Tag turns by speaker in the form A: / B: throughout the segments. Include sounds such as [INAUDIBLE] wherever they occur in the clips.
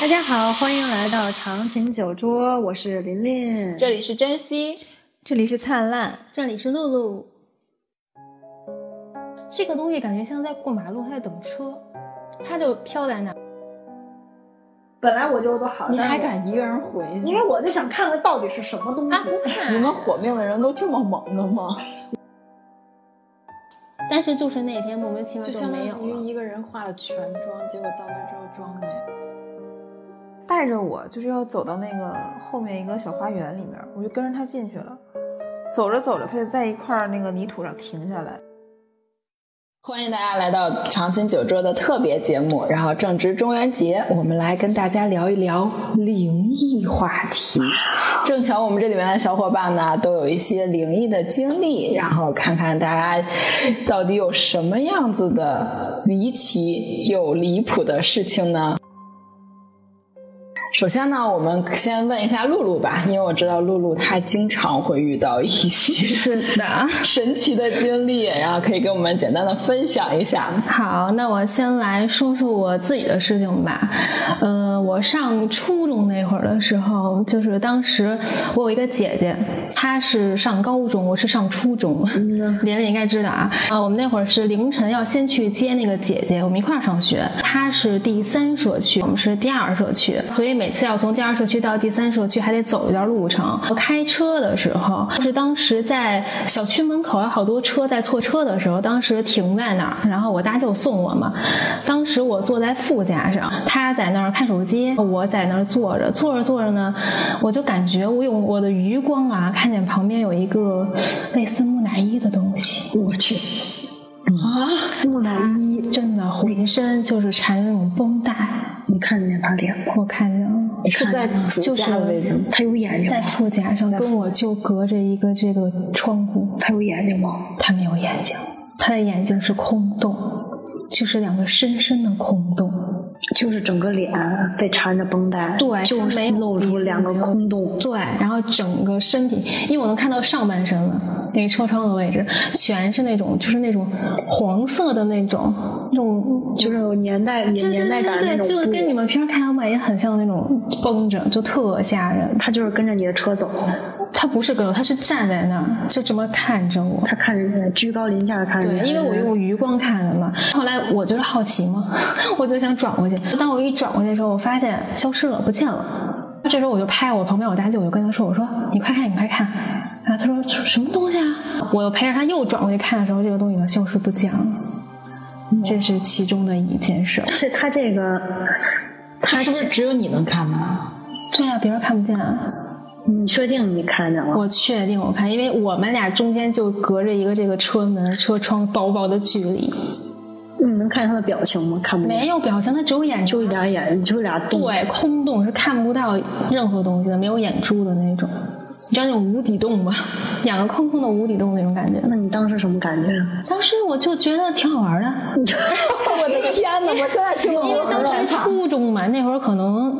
A: 大家好，欢迎来到长情酒桌，我是琳琳，
B: 这里是珍惜，
C: 这里是灿烂，
D: 这里是露露。这个东西感觉像在过马路，还在等车，它就飘在那儿。
E: 本来我就都好，
C: 你
E: 但是
C: 还
E: 我？
C: 敢一个人回去？
E: 因为我就想看看到底是什么东西。
D: 啊，不看。
C: 你们火命的人都这么猛的吗？
D: 但是就是那天莫名其妙
B: 就
D: 就
B: 相
D: 没有
B: 当于
D: 了。
B: 一个人化了全妆，结果到那之后妆没了。
C: 带着我就是要走到那个后面一个小花园里面，我就跟着他进去了。走着走着，他就在一块儿那个泥土上停下来。
B: 欢迎大家来到长青酒桌的特别节目，然后正值中元节，我们来跟大家聊一聊灵异话题。正巧我们这里面的小伙伴呢，都有一些灵异的经历，然后看看大家到底有什么样子的离奇又离谱的事情呢？首先呢，我们先问一下露露吧，因为我知道露露她经常会遇到一些
D: 是的。
B: 神奇的经历，然后可以跟我们简单的分享一下。
D: 好，那我先来说说我自己的事情吧。呃，我上初中那会儿的时候，就是当时我有一个姐姐，她是上高中，我是上初中。琳琳应该知道啊，啊，我们那会儿是凌晨要先去接那个姐姐，我们一块儿上学。她是第三社区，我们是第二社区，所以每次要从第二社区到第三社区还得走一段路程。我开车的时候，就是当时在小区门口有好多车在错车的时候，当时停在那儿，然后我大舅送我嘛。当时我坐在副驾上，他在那儿看手机，我在那儿坐着，坐着坐着呢，我就感觉我用我的余光啊，看见旁边有一个类似木乃伊的东西。
A: 我去啊，木乃伊，
D: 真的浑身就是缠着那种绷带，
A: 你看见他脸吗？
D: 我看见了，
B: 是在主
D: 就是
B: 驾的位置吗？
A: 他有眼睛
D: 在
A: 吗？
D: 副驾上跟我就隔着一个这个窗户，
A: 他有眼睛吗？
D: 他没有眼睛，他的眼睛是空洞，就是两个深深的空洞。
A: 就是整个脸啊被缠着绷带，
D: 对
A: 就
D: 他没
A: 是
D: 有
A: 露出两个空洞。
D: 对，然后整个身体，因为我能看到上半身了，那个车窗的位置全是那种，就是那种黄色的那种，那种
A: 就是有年代年
D: 对对
A: 年代
D: 对
A: 感
D: 对
A: 的那
D: 对，
A: 种
D: 就是跟你
A: 布，
D: 们平时看摇摆也很像那种绷着，就特吓人。
A: 他就是跟着你的车走，
D: 他不是跟我，他是站在那儿就这么看着我。
A: 他看着你，居高临下的看着你。
D: 对，因为我用余光看的嘛。后来我就是好奇嘛， [LAUGHS] 我就想转过去。当我一转过去的时候，我发现消失了，不见了。这时候我就拍我旁边我大舅，我就跟他说：“我说你快看，你快看。”然后他说：“这是什么东西啊？”我陪着他又转过去看的时候，这个东西已经消失不见了。 [LAUGHS] 这是其中的一件事。
A: 这他这个，他
B: 是不是
A: 这
B: 只有你能看到？
D: 对啊，别人看不见啊。
A: 你确定你看见了？
D: 我确定，我看，因为我们俩中间就隔着一个这个车门、车窗薄薄的距离，
A: 你能看见他的表情吗？看不见，
D: 没有表情，他只有眼
A: 就
D: 珠。
A: 俩眼，就俩洞。
C: 嗯
D: 对，空洞是看不到任何东西的，没有眼珠的那种，你知道那种无底洞吗？两个空空的无底洞那种感觉。
A: 那你当时什么感觉？
D: 当时我就觉得挺好玩的，
C: 我的天哪！我现在听了
D: 因为
C: 我都
D: 当
C: 害
D: 时
C: 怕。
D: 初中嘛，那会儿可能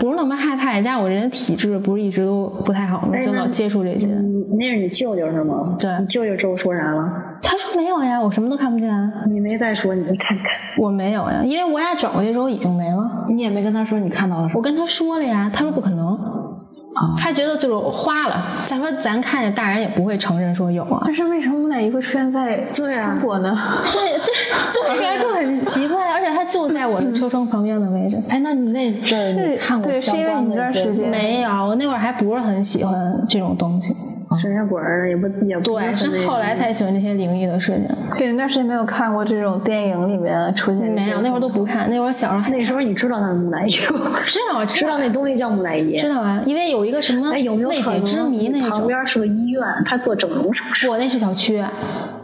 D: 不是那么害怕，加上我这人体质不是一直都不太好嘛，就
C: 哎
D: 老接触这些。
C: 嗯
A: 你那是你舅舅是吗？
D: 对
A: 你舅舅之后说啥了？
D: 他说没有呀，我什么都看不见啊，
A: 你没再说，你看看。
D: 我没有呀，因为我俩转过去之后已经没了。
B: 你也没跟他说你看到了什
D: 我跟他说了呀，他说不可能，
C: 啊
D: 他觉得就是花了。再说咱看见大人也不会承认说有啊，
C: 但是为什么木乃伊会出现在
A: 对啊
C: 中国呢？
D: 对对对呀，就很奇怪，而且他就在我的车窗旁边的位置。
B: 么？哎，那你那阵儿你看过
C: 对是
B: 相
C: 因为
B: 关
C: 你那
B: 的
C: 段
B: 一些
C: 时间
D: 没有，我那会儿还不是很喜欢这种东西，
A: 神仙鬼儿也不也不
D: 对，
A: 是
D: 是后来才喜欢这些灵异的事情。
C: 对，那段时间没有看过这种电影里面出现
D: 没有，那会儿都不看，那会儿小时候还
A: 那时候你知道他是木乃伊 [LAUGHS] 吗，
D: 知道啊，
A: 知
D: 知道
A: 道那东西叫木乃伊。
D: 知道啊，因为有一个什么
A: 哎，有没有
D: 未
A: 可
D: 解之
A: 能
D: 谜
A: 你
D: 那
A: 旁
D: 种，
A: 边是个医院，他做整容手术？
D: 我那是小区，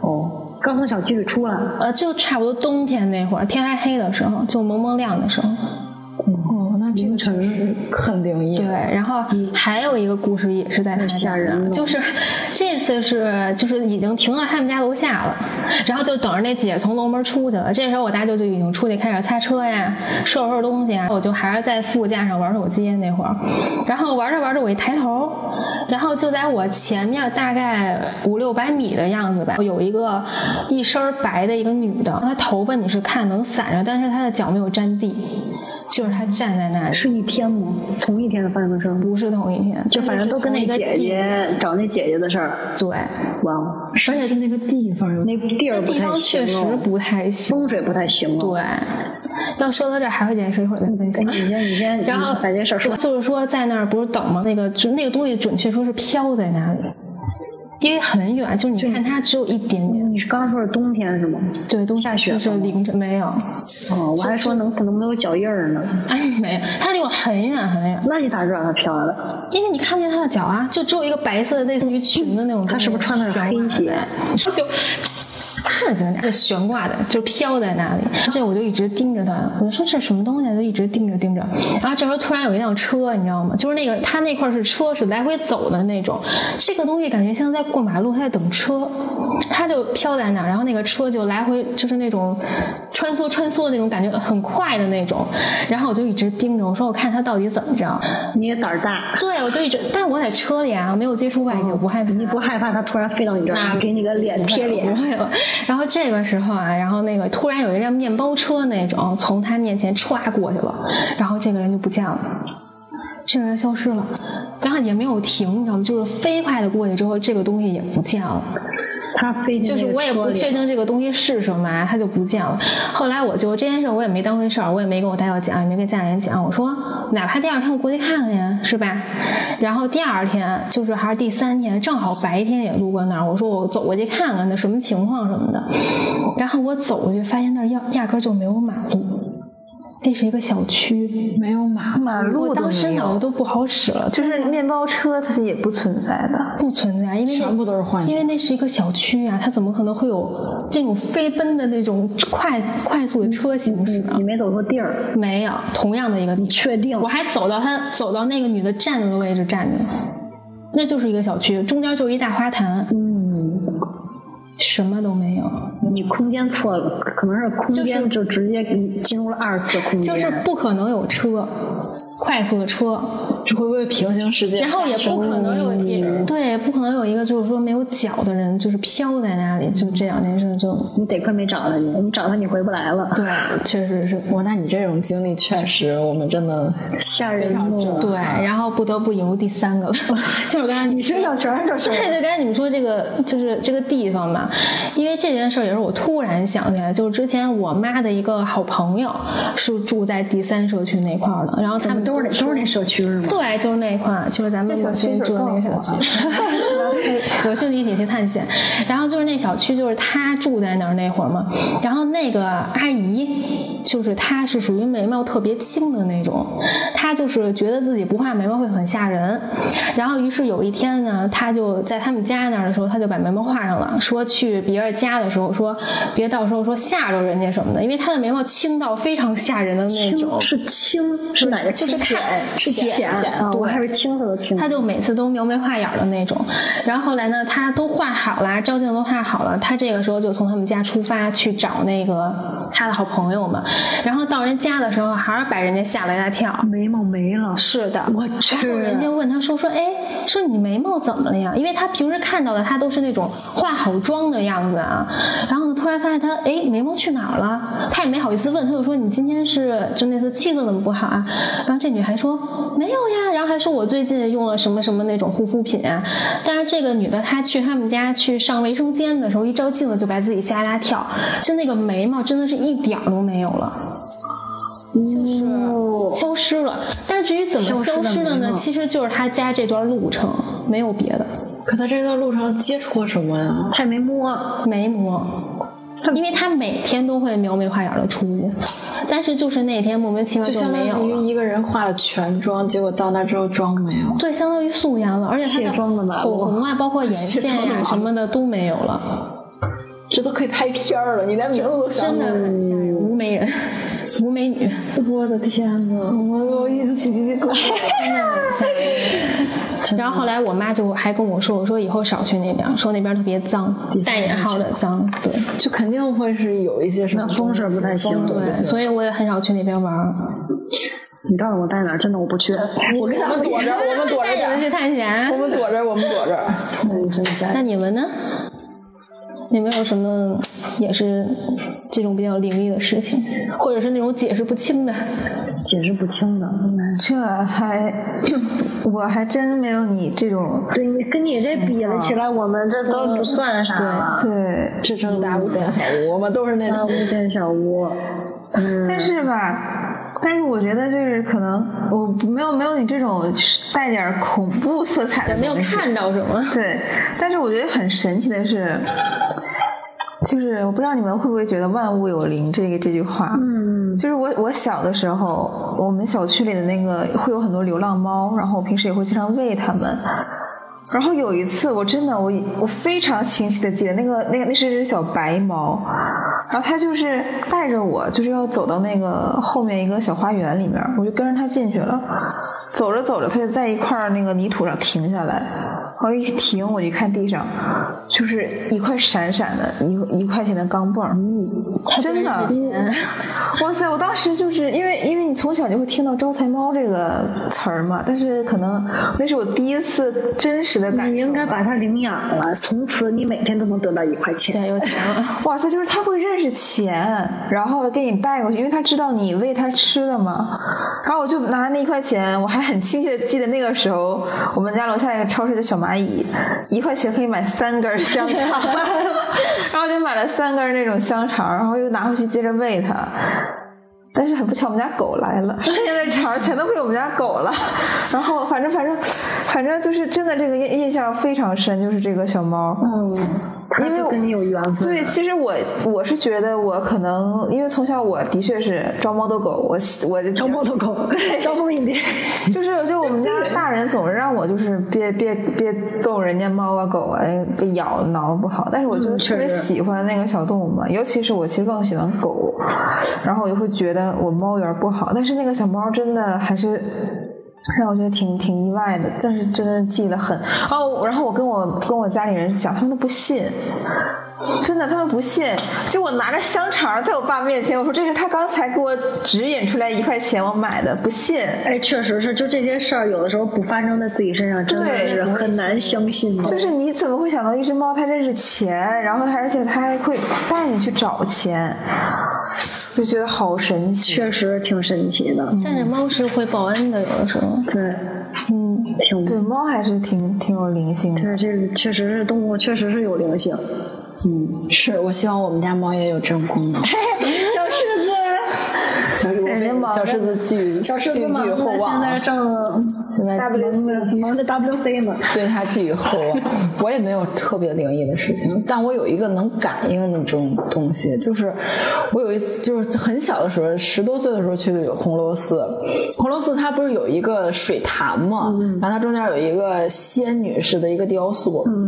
A: 哦，刚从小区里出来，
D: 呃，就差不多冬天那会儿，天还黑的时候，就蒙蒙亮的时候。
C: 哦，那这个城市
B: 很灵异。
D: 对，然后还有一个故事也是在他
A: 嗯吓人了
D: 就是这次是就是已经停到他们家楼下了，然后就等着那姐从楼门出去了。这时候我大舅就已经出去开始擦车呀，收拾收拾东西啊，我就还是在副驾上玩手机那会儿，然后玩着玩着我一抬头，然后就在我前面大概五六百米的样子吧，有一个一身白的一个女的，她头发你是看能散着，但是她的脚没有沾地，就是她站在那在
A: 是一天吗？同一天发生的事儿吗？
D: 不是同一天，
A: 就反正都跟那姐姐找那姐姐的事儿。
D: 对，
A: 哇哦，
D: 而且是那个地方有
A: 那地儿不
D: 地
A: 太嗯
D: 方
A: 行
D: 确
A: 哦
D: 实不太行。
A: 风水不太行哦。
D: 对，要说到这儿还会解释，一会儿再分
A: 哎
D: 享。
A: 你先，你先，
D: [LAUGHS] 然后
A: 你把这事儿说。
D: 就是说在那儿不是等吗？那个就那个东西，准确说是飘在那里，因为很远，就是你看它只有一点点。
A: 你是刚刚说是冬天是吗？
D: 对，东
A: 下雪
D: 就
A: 了
D: 是
A: 吗
D: 凌晨没有，
A: 哦，我还说能能不能有脚印儿呢？
D: 哎，没有，它离我很远很远，
A: 那你咋知道它飘来了？
D: 因为你看不见它的脚啊，就只有一个白色的类似于裙的那种东西。
A: 它是不是穿的是黑鞋？
D: [LAUGHS] 就正经点，就悬挂的，就飘在那里。这我就一直盯着它，我就说这是什么东西啊，就一直盯着盯着。然后这时候突然有一辆车，你知道吗？就是那个它那块是车是来回走的那种，这个东西感觉像在过马路，它在等车，它就飘在那儿，然后那个车就来回就是那种穿梭穿梭那种感觉很快的那种。然后我就一直盯着，我说我看它到底怎么着。
A: 你也胆儿大，
D: 对，我就一直，但我在车里啊，没有接触外界，我不害怕。
A: 你不害怕它突然飞到你这
D: 那
A: 儿，给你个脸贴脸
D: 不？ [LAUGHS] 会吧？然后这个时候啊，然后那个突然有一辆面包车那种从他面前歘过去了，然后这个人就不见了。这个人消失了，然后也没有停，你知道吗？就是飞快的过去之后，这个东西也不见了。
A: 它飞进
D: 就是
A: 那个
D: 我也
A: 车
D: 不
A: 里
D: 确定这个东西是什么、啊，它就不见了。后来我就这件事我也没当回事儿，我也没跟我大舅讲，也没跟家里人讲。我说哪怕第二天我过去看看呀，是吧？然后第二天就是还是第三天，正好白天也路过那儿，我说我走过去看看那什么情况什么的。然后我走过去，发现那儿压压根儿就没有马路，那是一个小区。
B: 没有马
C: 马路
D: 我
C: 都
D: 当时
C: 没
D: 脑
C: 有
D: 子，都不好使了，
C: 就是面包车它是也不存在的。
D: 不存在，因为那
B: 全部都是幻
D: 因
B: 觉。
D: 为那是一个小区啊，它怎么可能会有这种飞奔的那种快快速的车行驶啊
A: 你？没走错地儿，
D: 没有，同样的一个地
A: 你确定
D: 我？还走到他走到那个女的站着的位置站着，那就是一个小区，中间就是一大花坛，
A: 嗯，
D: 什么都没有，
A: 你空间错了，可能是空间就直接进入了二次空间，
D: 就是不可能有车，快速的车，
B: 这会不会平行世界？
D: 然后也不可能有也对，不可能有一个就是说没有脚的人就是飘在那里，就这两件事就
A: 你得亏没找他去，你找他你回不来了，
D: 对，确实是。
B: 哇，那你这种经历确实，我们真的
A: 吓人
B: 非常震
A: 哦。
B: 撼
D: 对，然后不得不引入第三个，就是刚才你
A: 这要全是
D: 对，就刚才你们说这个，就是这个地方嘛，因为这件事儿也是我突然想起来，就是之前我妈的一个好朋友是住在第三社区那块儿的，然后他们
A: 都是那
D: 说
A: 都是那社区是吗？
D: 对，就是那一块儿，就是咱们
C: 嗯这小
D: 鲁
C: 区
D: 迅
C: 是啊
D: 住的那
C: 告
D: 个
C: 诉
D: 小
C: 我
D: 区。 [LAUGHS] 有兴趣一起去探险。然后就是那小区，就是他住在那儿那会儿嘛。然后那个阿姨，就是她是属于眉毛特别轻的那种，她就是觉得自己不画眉毛会很吓人。然后于是有一天呢，她就在他们家那儿的时候，她就把眉毛画上了，说去别人家的时候说别到时候说吓着人家什么的，因为她的眉毛轻到非常吓人的那种
A: 青。是青是哪个青？
D: 就是看
A: 是
D: 浅
A: 浅啊，
D: 对
A: 我还是青色的青。
D: 他就每次都描眉画眼儿的那种。然后后来呢，他都画好了，照镜都画好了，他这个时候就从他们家出发去找那个他的好朋友们。然后到人家的时候，还是把人家吓了一大跳。
A: 眉毛没了，
D: 是的，
A: 我去
D: 然后人家问他说说，哎，说你眉毛怎么了呀？因为他平时看到的他都是那种化好妆的样子啊。然后呢，突然发现他哎眉毛去哪儿了？他也没好意思问，他就说你今天是就那次气色怎么不好啊？然后这女孩说没有呀，然后还说我最近用了什么什么那种护肤品啊。但是这个女的她去他们家去上卫生间的时候，一照镜子就把自己吓一大跳，就那个眉毛真的是一点儿都没有了。就是
A: 哦
D: 消失了。但至于怎么消失的呢？其实就是他家这段路程，没有别的，
B: 可他这段路上接触过什么呀？
A: 太没摸，
D: 没磨。因为他每天都会描眉画眼的出去，但是就是那天莫名其妙
B: 就相
D: 没有
B: 当于
D: 了，
B: 一个人化了全妆，结果到那之后妆没有。
D: 对，相当于素颜了，而且
A: 卸妆的
D: 他的
A: 马
D: 口
A: 路
D: 红啊，包括眼
B: 卸
D: 线
B: 妆的
D: 呀、
B: 马路
D: 什么的都没有了，
B: 这都可以拍片儿了，你连名字都想
D: 真
B: 不
D: 的
B: 出来。
D: 很吓人，无眉人，无美女，
B: 我的天呐，我我一直起鸡皮疙瘩。
D: 真的很吓人。然后后来我妈就还跟我说，我说以后少去那边，说那边特别脏，带引号的脏，对。
B: [LAUGHS] 就肯定会是有一些什么
A: 那风水不太行
D: 对，所以我也很少去那边玩儿。
A: 你告诉我在哪儿？真的我不去。
B: 我跟他们躲着，我们躲着
D: 带你
B: 点，
D: 们去探
B: 我
D: 险，
B: [LAUGHS] 们躲着，我们躲着。
D: 那你们呢？有没有什么也是这种比较灵异的事情，或者是那种解释不清的？
A: 解释不清的。
C: 这还我还真没有你这种
A: 对你跟你这比了起来，我们这都不算啥了。
C: 对，
B: 支撑大屋垫小屋，我们都是那
A: 大
B: 种
A: 屋见小屋，嗯
C: 但是吧，但是我觉得就是可能我没有没有你这种带点儿恐怖色彩的
D: 没有
C: 东西
D: 看到什么。
C: 对，但是我觉得很神奇的是，就是我不知道你们会不会觉得“万物有灵”这个这句话，嗯，就是我我小的时候，我们小区里的那个会有很多流浪猫，然后我平时也会经常喂它们。然后有一次，我真的我我非常清晰的记得，那个那个那是只小白猫，然后它就是带着我，就是要走到那个后面一个小花园里面，我就跟着它进去了。走着走着，它就在一块儿那个泥土上停下来，然后一停，我一看地上就是一块闪闪的一一块钱的钢镚儿，真的，
D: 嗯
C: [LAUGHS] 哇塞！我当时就是因为因为你从小就会听到“招财猫”这个词儿嘛，但是可能那是我第一次真实的感受。
A: 你应该把它领养了，从此你每天都能得到一块钱。
D: 对，有钱了。
C: 哇塞，就是他会认识钱，然后给你带过去，因为他知道你喂他吃的嘛。然后我就拿那一块钱，我还很清晰的记得那个时候，我们家楼下一个超市的小蚂蚁，一块钱可以买三根儿香肠， [LAUGHS] 然后我就买了三根儿那种香肠，然后又拿回去接着喂它。但是很不巧，我们家狗来了，剩下的肠儿全都被我们家狗了。然后反正反正反正就是真的这个印印象非常深，就是这个小猫。
A: 嗯，它
C: 因为
A: 就跟你有缘分。
C: 对，其实我我是觉得我可能因为从小我的确是招猫逗狗，我喜我就
A: 招猫逗狗，招蜂引蝶。
C: [LAUGHS] 就是就我们家大人总是让我就是别别别动人家猫啊狗啊，被咬挠不好。但是我就特别喜欢那个小动物嘛，尤其是我其实更喜欢狗，然后我就会觉得我猫园不好，但是那个小猫真的还是。让我觉得挺挺意外的，但是真的记得很哦。然后我跟我跟我家里人讲，他们都不信，真的，他们不信。就我拿着香肠在我爸面前，我说这是他刚才给我指引出来一块钱我买的，不信。
A: 哎，确实是，就这些事儿，有的时候不发生在自己身上，真的
C: 对
A: 是很难相信的。
C: 就是你怎么会想到一只猫它认识钱，然后它而且它还会带你去找钱，就觉得好神奇。
A: 确实挺神奇的，
D: 但是猫是会报恩的，有的时候。
A: 对，嗯，挺
C: 对，猫还是挺挺有灵性的。
A: 那这个确实是动物，确实是有灵性。
B: 是我希望我们家猫也有这种
A: [LAUGHS]
B: 功能。
C: 小狮子，
B: [LAUGHS] 小狮
A: 哎
C: 人家
B: 子，
C: 忙
B: 小狮子寄
A: 小狮子
B: 寄
A: 嘛，
B: 寄予厚
A: 现
B: 望
A: 在
B: 啊，
A: 正
B: 现在
A: WC 忙着 WC 呢。
B: 对它寄予厚望。我也没有特别灵异的事情，但我有一个能感应的那种东西，就是我有一次就是很小的时候，十多岁的时候去红楼寺，红楼寺它不是有一个水潭嘛，
A: 嗯
B: 然后它中间有一个仙女似的一个雕塑，
D: 嗯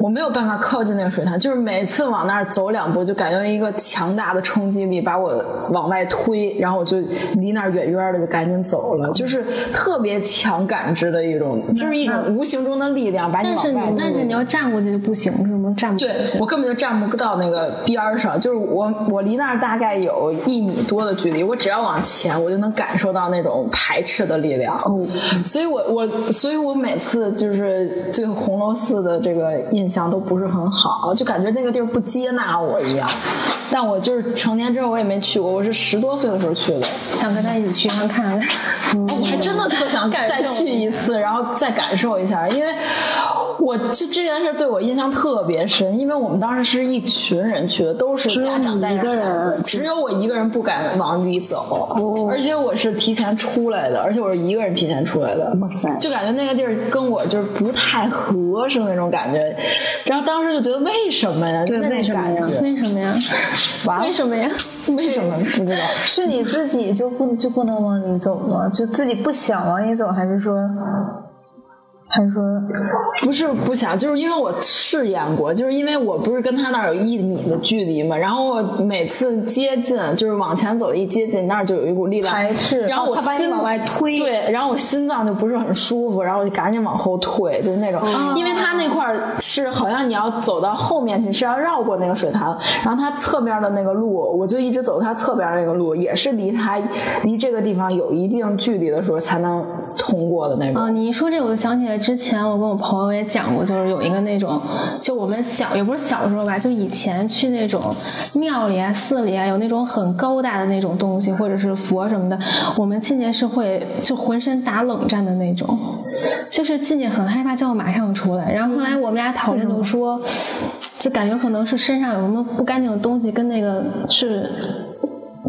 B: 我没有办法靠近那个水潭，就是每次往那儿走两步，就感觉一个强大的冲击力把我往外推，然后我就离那儿远远的就赶紧走
D: 嗯
B: 了，就是特别强感知的一种，就是一种无形中的力量把你
D: 嗯但是
B: 往
D: 你
B: 外
D: 但是
B: 推
D: 你。要站过去就不行，是吗？站不
B: 对我根本就站不到那个边儿上，就是我我离那儿大概有一米多的距离，我只要往前，我就能感受到那种排斥的力量。哦，所以我我所以我每次就是对红楼寺的这个印象都不是很好，就感觉那个地儿不接纳我一样。但我就是成年之后我也没去过，我是十多岁的时候去的。
D: 想跟他一起去看看。
B: 哎我还真的特想
D: 感受
B: 再去一次，然后再感受一下，因为我这这件事对我印象特别深，因为我们当时是一群人去的，都是家长带着
A: 一个
B: 孩子
A: 人哦
B: 只有我一个人不敢往里走，而且我是提前出来的，而且我是一个人提前出来的，
A: 哇塞
B: 就感觉那个地儿跟我就是不太合适那种感觉，然后当时就觉得为什么呀？
A: 对
B: 那种
A: 为什么呀
B: 感觉
D: 为什么呀？
B: 完了
D: 为什么呀？
B: 为什么不知道？
C: 是你自己就不就不能往里走吗？就自己不想往里走，还是说，还是说，
B: 不是不想，就是因为我试验过，就是因为我不是跟他那儿有一米的距离嘛，然后我每次接近，就是往前走一接近，那儿就有一股力量
C: 排斥
B: 然后我
C: 哦他把你
B: 心
C: 往外
B: 推，对，然后我心脏就不是很舒服，然后我就赶紧往后退，就是那种，
C: 哦
B: 因为他那块儿是好像你要走到后面去是要绕过那个水潭，然后他侧面的那个路，我就一直走他侧边那个路，也是离他离这个地方有一定距离的时候才能通过的那种。
D: 哦啊，你一说这，我就想起来，之前我跟我朋友也讲过，就是有一个那种，就我们小也不是小时候吧，就以前去那种庙里啊、寺里啊，有那种很高大的那种东西，或者是佛什么的，我们进去是会就浑身打冷战的那种，就是进去很害怕，就要马上出来。然后后来我们俩讨论
B: 嗯
D: 就说，就感觉可能是身上有什么不干净的东西跟那个是。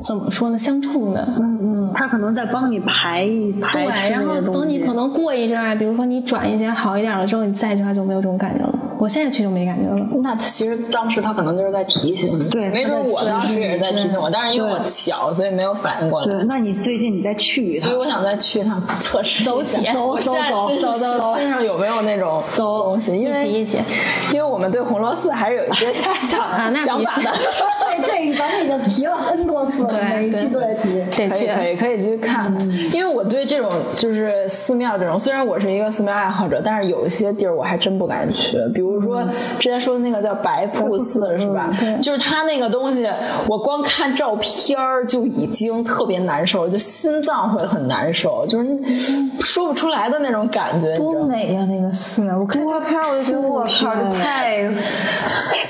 D: 怎么说呢？相冲的，
A: 嗯，他可能在帮你排一排
D: 对，
A: 斥
D: 然
A: 那
D: 后
A: 些东西
D: 等你可能过一阵儿啊，比如说你转一些好一点了之后，你再去它就没有这种感觉了。我现在去就没感觉了。
B: 那其实当时他可能就是在提醒你，
A: 对
B: 没准我当时也是在提醒我，
A: 对
B: 但是因为我小，所以没有反应过来。
A: 对，那你最近你再去一
B: 所以
A: 趟，
B: 我想再去一趟测试一下，
D: 走起走
B: 我现在
D: 走
B: 身
D: 走走走
B: 身上有没有那种东西？因为
D: 一起一起
B: 因为我们对红螺寺还是有一
D: [LAUGHS]
B: 些遐想
D: 啊那必
B: 想
D: 须
B: 法的。
D: [LAUGHS]
E: 对，这咱们已经提了 N 多次了，
D: 对
E: 每一期都在提。
D: 得
B: 可以
D: 去，
B: 可以可以去看看，因为我对这种就是寺庙这种，虽然我是一个寺庙爱好者，但是有一些地儿我还真不敢去，比如说之前说的那个叫嗯白瀑寺是吧？对，就是它那个东西，我光看照片儿就已经特别难受，就心脏会很难受，就是说不出来的那种感觉，你知道
C: 多
B: 吗？
C: 美呀、啊那个寺，我看照片我就觉得我靠，这啊太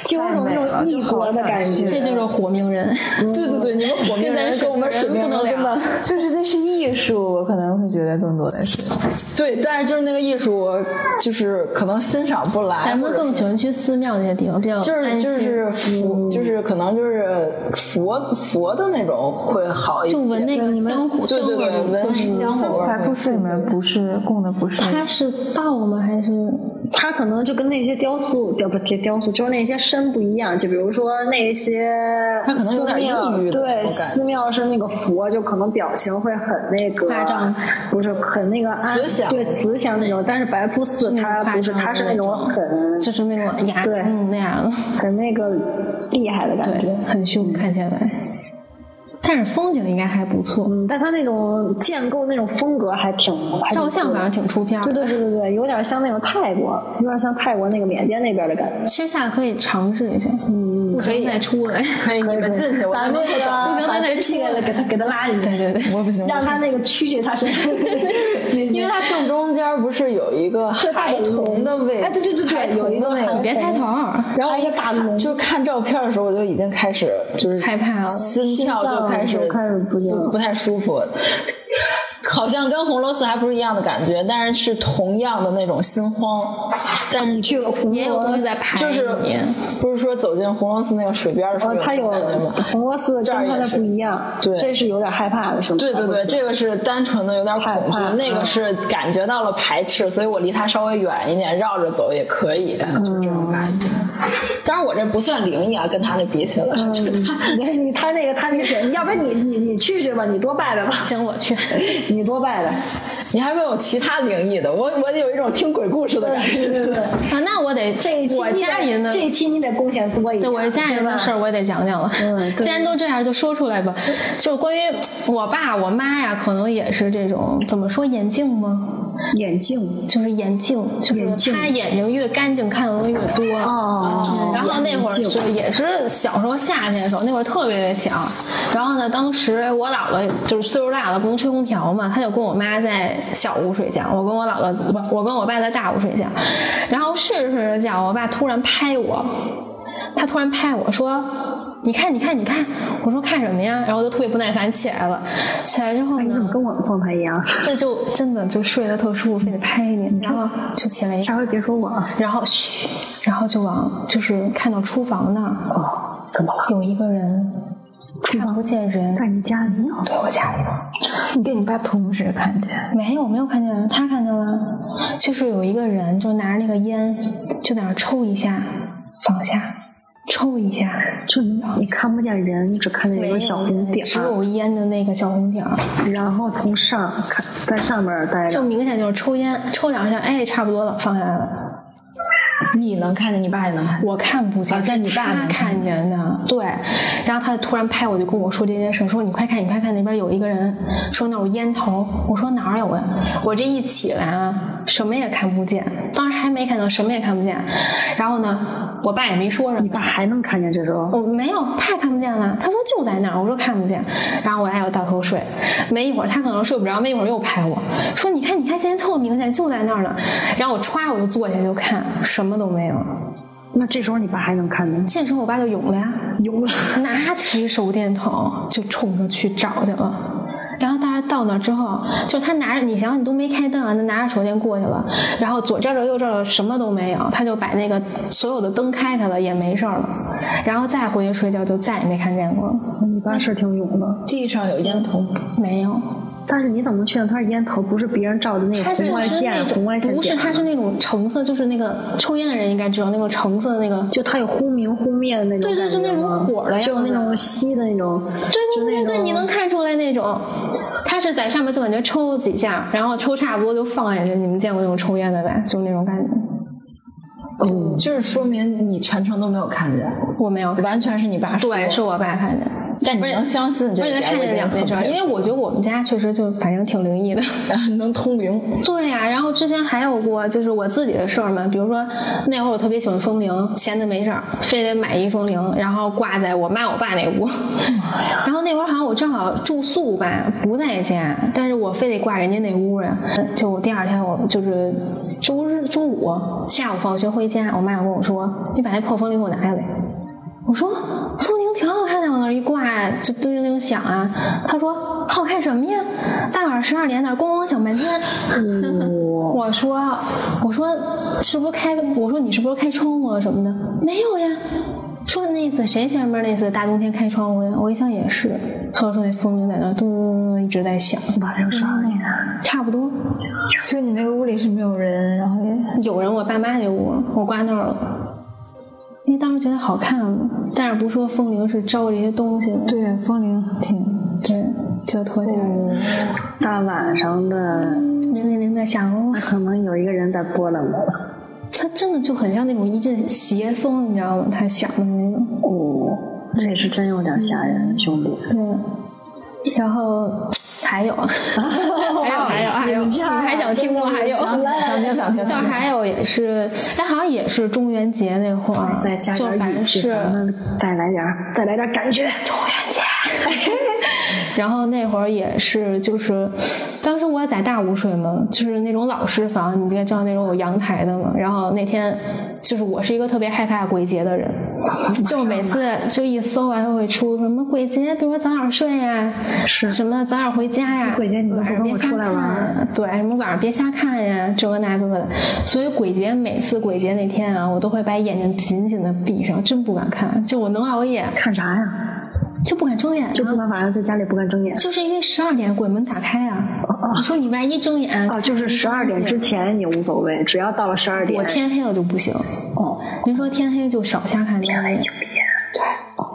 A: 就有种那种异国的感觉。
D: 这就是火命人。
B: 对对对，你们火命人跟我们水
D: 跟
B: 平
D: 咱
B: 人
D: 水
B: 真
D: 平
B: 的
D: 人
C: 就是那是艺术，我可能会觉得更多的是
B: 对，但是就是那个艺术，我就是可能欣赏不来，
D: [LAUGHS] 咱们
B: 或者
D: 更喜欢去寺庙那些地方，比较
B: 就是
D: 安
B: 就
D: 心
B: 是佛，就是可能就是佛佛的那种会好一些，
D: 就闻那个香火
B: 对对对，闻香火味
C: 白
B: 儿。
C: 瀑寺里面不是供的不是
D: 它是道吗？还是
A: 它可能就跟那些雕塑，雕不雕雕塑，就是那些身不一样。就比如说那些寺庙，
B: 它可能有点抑郁的那种
A: 对，
B: 感觉
A: 寺庙是那个佛，就可能表情会很那个
D: 夸张，
A: 不是很那个安
B: 慈祥
A: 对慈祥嗯那种。但是白瀑寺
D: 那种
A: 它
D: 夸
A: 不是，
D: 张的
A: 它是
D: 那
A: 那种
D: 种
A: 很
D: 就是那种牙
A: 对
D: 嗯那样，
A: 很那个厉害的感
D: 对
A: 觉。，
D: 很凶看起来，但是风景应该还不错，
A: 嗯，但它那种建构那种风格还挺，还挺
D: 照相
A: 酷
D: 好
A: 的
D: 像挺出片儿
A: 对
D: 的。
A: 对对对对，有点像那种泰国，有点像泰国那个缅甸那边的感觉。
D: 其实下次可以尝试一下，嗯，不行再出来。
B: 可以，你们进去，我
A: 把那个
D: 不行
A: 把
D: 那得
A: 这气了，给他给他拉进去，
D: 对对对，
B: 我不行，
A: 让他那个蛐蛐他身上。
B: 因为它正中间不是有一个孩童的位置，
A: 哎对对对对
B: 孩
A: 有一
B: 童
A: 个
B: 的那
A: 孩
B: 个
D: 别抬头儿，
B: 然后
A: 还有一个大龙
B: 就看照片的时候，我就已经开始就是
D: 害怕了
B: 心跳就开始
A: 心脏就开始不行了
B: 不太舒服，好像跟红螺寺还不是一样的感觉，但是是同样的那种心慌。但是你去了红
D: 也有东西在排
B: 就是
D: 你
B: 不是说走进红螺寺那个水边的时候
A: 哦，
B: 有
A: 他
B: 那
A: 有
B: 种感觉吗？
A: 红螺寺
B: 这儿
A: 跟他
B: 也
A: 的
B: 是
A: 不一样，
B: 对
A: 这是有点害怕的，是吗？
B: 对对对，这个是单纯的有点恐
A: 害怕
B: 惧，那个
A: 嗯
B: 是感觉到了排斥，所以我离它稍微远一点，绕着走也可以，就这种感觉。当然我这不算灵异啊，跟他那比起来，就是它
A: 你 [LAUGHS] 你他那个他那个点，要不然你你你去去吧，你多拜拜吧， [LAUGHS]
D: 行，我去。
A: 你多拜拜。
B: 你还问我其他灵异的，我我有一种听鬼故事的感觉。
A: 对对，
D: 啊，那我得
A: 这一期
D: 我
A: 你得
D: 家里的
A: 这一期你得贡献多一点，
D: 对我家里的事儿，我也得讲讲了。
A: 嗯对
D: [LAUGHS] 既然都这样，就说出来吧。就是关于我爸我妈呀，可能也是这种怎么说眼镜吗？
A: 眼镜
D: 就是眼镜，
A: 眼
D: 就是
A: 镜
D: 他眼睛越干净，看的东西越多。
A: 哦
D: 嗯然后那会儿
A: 眼
D: 是
A: 镜
D: 也是小时候夏天的时候，那会儿特别小。然后呢，当时我姥姥就是岁数大了，不能吹空调嘛，她就跟我妈在小屋睡觉，我跟我姥姥不，我跟我爸在大屋睡觉。然后睡着睡着觉，我爸突然拍我，他突然拍我说：“你看，你看，你看。”我说：“看什么呀？”然后我就特别不耐烦起来了。起来之后
A: 你怎么
D: 呢，
A: 跟我们状态一样？
D: 这就真的就睡得特舒服，非得拍你，然后就起来一
A: 下回别说我啊，
D: 然后嘘，然后就往就是看到厨房那儿
A: 哦，怎么了？
D: 有一个人，看不见人，
A: 在你家里
D: 对我家里头
C: 你跟你爸同时看见，
D: 没有没有看见人，他看见了，就是有一个人就拿着那个烟就在那儿抽一下，放下，抽一下，
A: 就你你看不见人，你只看见
D: 没
A: 一
D: 有
A: 个小红
D: 人
A: 点
D: 只
A: 儿，哎
D: 有烟的那个小红点儿，
A: 然后从上看在上面待
D: 就
A: 着。
D: 明显就是抽烟，抽两下，哎，差不多了，放下来了。
B: 你能看见，你爸也能看见。
D: 我看不见，
B: 啊但你
D: 是
B: 爸
D: 他
B: 能
D: 看见
B: 啊
D: 的。对，然后他就突然拍我，就跟我说这件事，说你快看，你快看，那边有一个人，说那有烟头。我说哪儿有呀？我这啊一起来啊，什么也看不见，当时还没看到，什么也看不见。然后呢，我爸也没说什么
A: 你。爸还能看见这种？
D: 我没有，他也看不见了。他说就在那儿，我说看不见。然后我俩又倒头睡，没一会儿他可能睡不着，没一会儿又拍我说：“你看，你看，现在特明显，就在那儿呢。”然后我歘我就坐下就看，什么都没有。
A: 那这时候你爸还能看见？
D: 这时候我爸就涌了呀，
A: 有了， [LAUGHS]
D: 拿起手电筒就冲着去找去了。然后，但是到那之后，就是他拿着，你想想，你都没开灯啊，他拿着手电过去了，然后左照照右照照，什么都没有，他就把那个所有的灯开开了，也没事儿了，然后再回去睡觉，就再也没看见过，
A: 你爸是挺勇的。
B: 地上有烟头，
D: 没有。
A: 但是你怎么确定他是烟头，不是别人照的那
D: 它
A: 个
D: 就
A: 红外
D: 是那
A: 线？红外线
D: 种不是，
A: 点
D: 它是那种橙色，就是那个抽烟的人应该知道那种橙色的那个，
A: 就它有忽明忽灭的那种
D: 对对
A: 感觉
D: 就那种
A: 吗
D: 火的样子
A: 就有那种吸的那种，
D: 对
A: 就
D: 对对对
A: 那
D: 对，
A: 种
D: 你能看出来那种，他是在上面就感觉抽几下，然后抽差不多就放下去。你们见过那种抽烟的吧？就是那种感觉，
B: 就是说明你全程都没有看见，
D: 我没有。
B: 完全是你爸说。
D: 对，是我爸看见，
B: 但你能相信这
D: 而
B: 一
D: 且
B: 点，
D: 他看见两件事儿，因为我觉得我们家确实就反正挺灵异的。
B: 为 [LAUGHS] 能通灵。
D: 对呀、然后之前还有过就是我自己的事儿嘛，比如说那会儿我特别喜欢风铃，闲的没事儿，非得买一风铃，然后挂在我妈我爸那屋。然后那会儿好像我正好住宿吧，不在家，但是我非得挂人家那屋啊。就我第二天我就是周日周五下午放学回家，我妈跟我说：“你把那破风铃给我拿下来。”我说风铃挺好看的，往那儿一挂就叮叮叮响啊。他说好看什么呀？大晚上十二点那儿咣咣响半天。我说我说是不是开？我说你是不是开窗户了什么的？没有呀。说那次谁前面那次大冬天开窗户呀？我一想也是。他说那风铃在那儿咚咚咚咚一直在响，
A: 晚上十二点。啊
D: 差不多
C: 就你那个屋里是没有人，然后也
D: 有人我爸妈那屋，我挂那儿了。因为当时觉得好看嘛，但是不是说风铃是招这些东西的，
C: 对风铃挺
D: 对，就特别。
A: 哦大晚上的，
D: 零零零在响哦
A: 那，可能有一个人在拨浪鼓。
D: 它真的就很像那种一阵邪风，你知道吗？它响的那种。
A: 哦，这是真有点吓人，兄弟。
D: 对，然后还
B: [LAUGHS]
D: 有，还有，
B: 哦
D: 还有，还有，你还想听吗？还有，
B: 想听想听
D: 就还有也是，哎，好像也是中元节那会
B: 啊
D: 儿，
A: 再加
D: 就
A: 点
D: 反
A: 语
D: 正
A: 气，
D: 是
A: 咱们再来点儿，再来点儿感觉。
D: 然后那会儿也是，就是当时我也在大屋睡嘛，就是那种老式房，你应该知道那种有阳台的嘛。然后那天就是我是一个特别害怕鬼节的人，就每次就一搜啊，它会出什么鬼节，比如说早点睡啊呀、
A: 是
D: 什么早点回家呀、
A: 鬼节你都不
D: 晚上
A: 跟
D: 别
A: 我
D: 瞎
A: 出
D: 看
A: 来玩儿
D: 呀，对，什么晚上别瞎看呀，这个那个的。所以鬼节每次鬼节那天啊，我都会把眼睛紧紧的闭上，真不敢看，就我能熬夜
A: 看啥呀？
D: 就不敢睁眼，
A: 就不敢晚上在家里不敢睁眼。
D: 就是因为十二点鬼门打开啊！你说你万一睁眼
A: 哦，就是十二点之前你无所谓，只要到了十二点
D: 我，天黑了就不行。
A: 哦，
D: 您说天黑就嗯少瞎看天黑，
A: 哦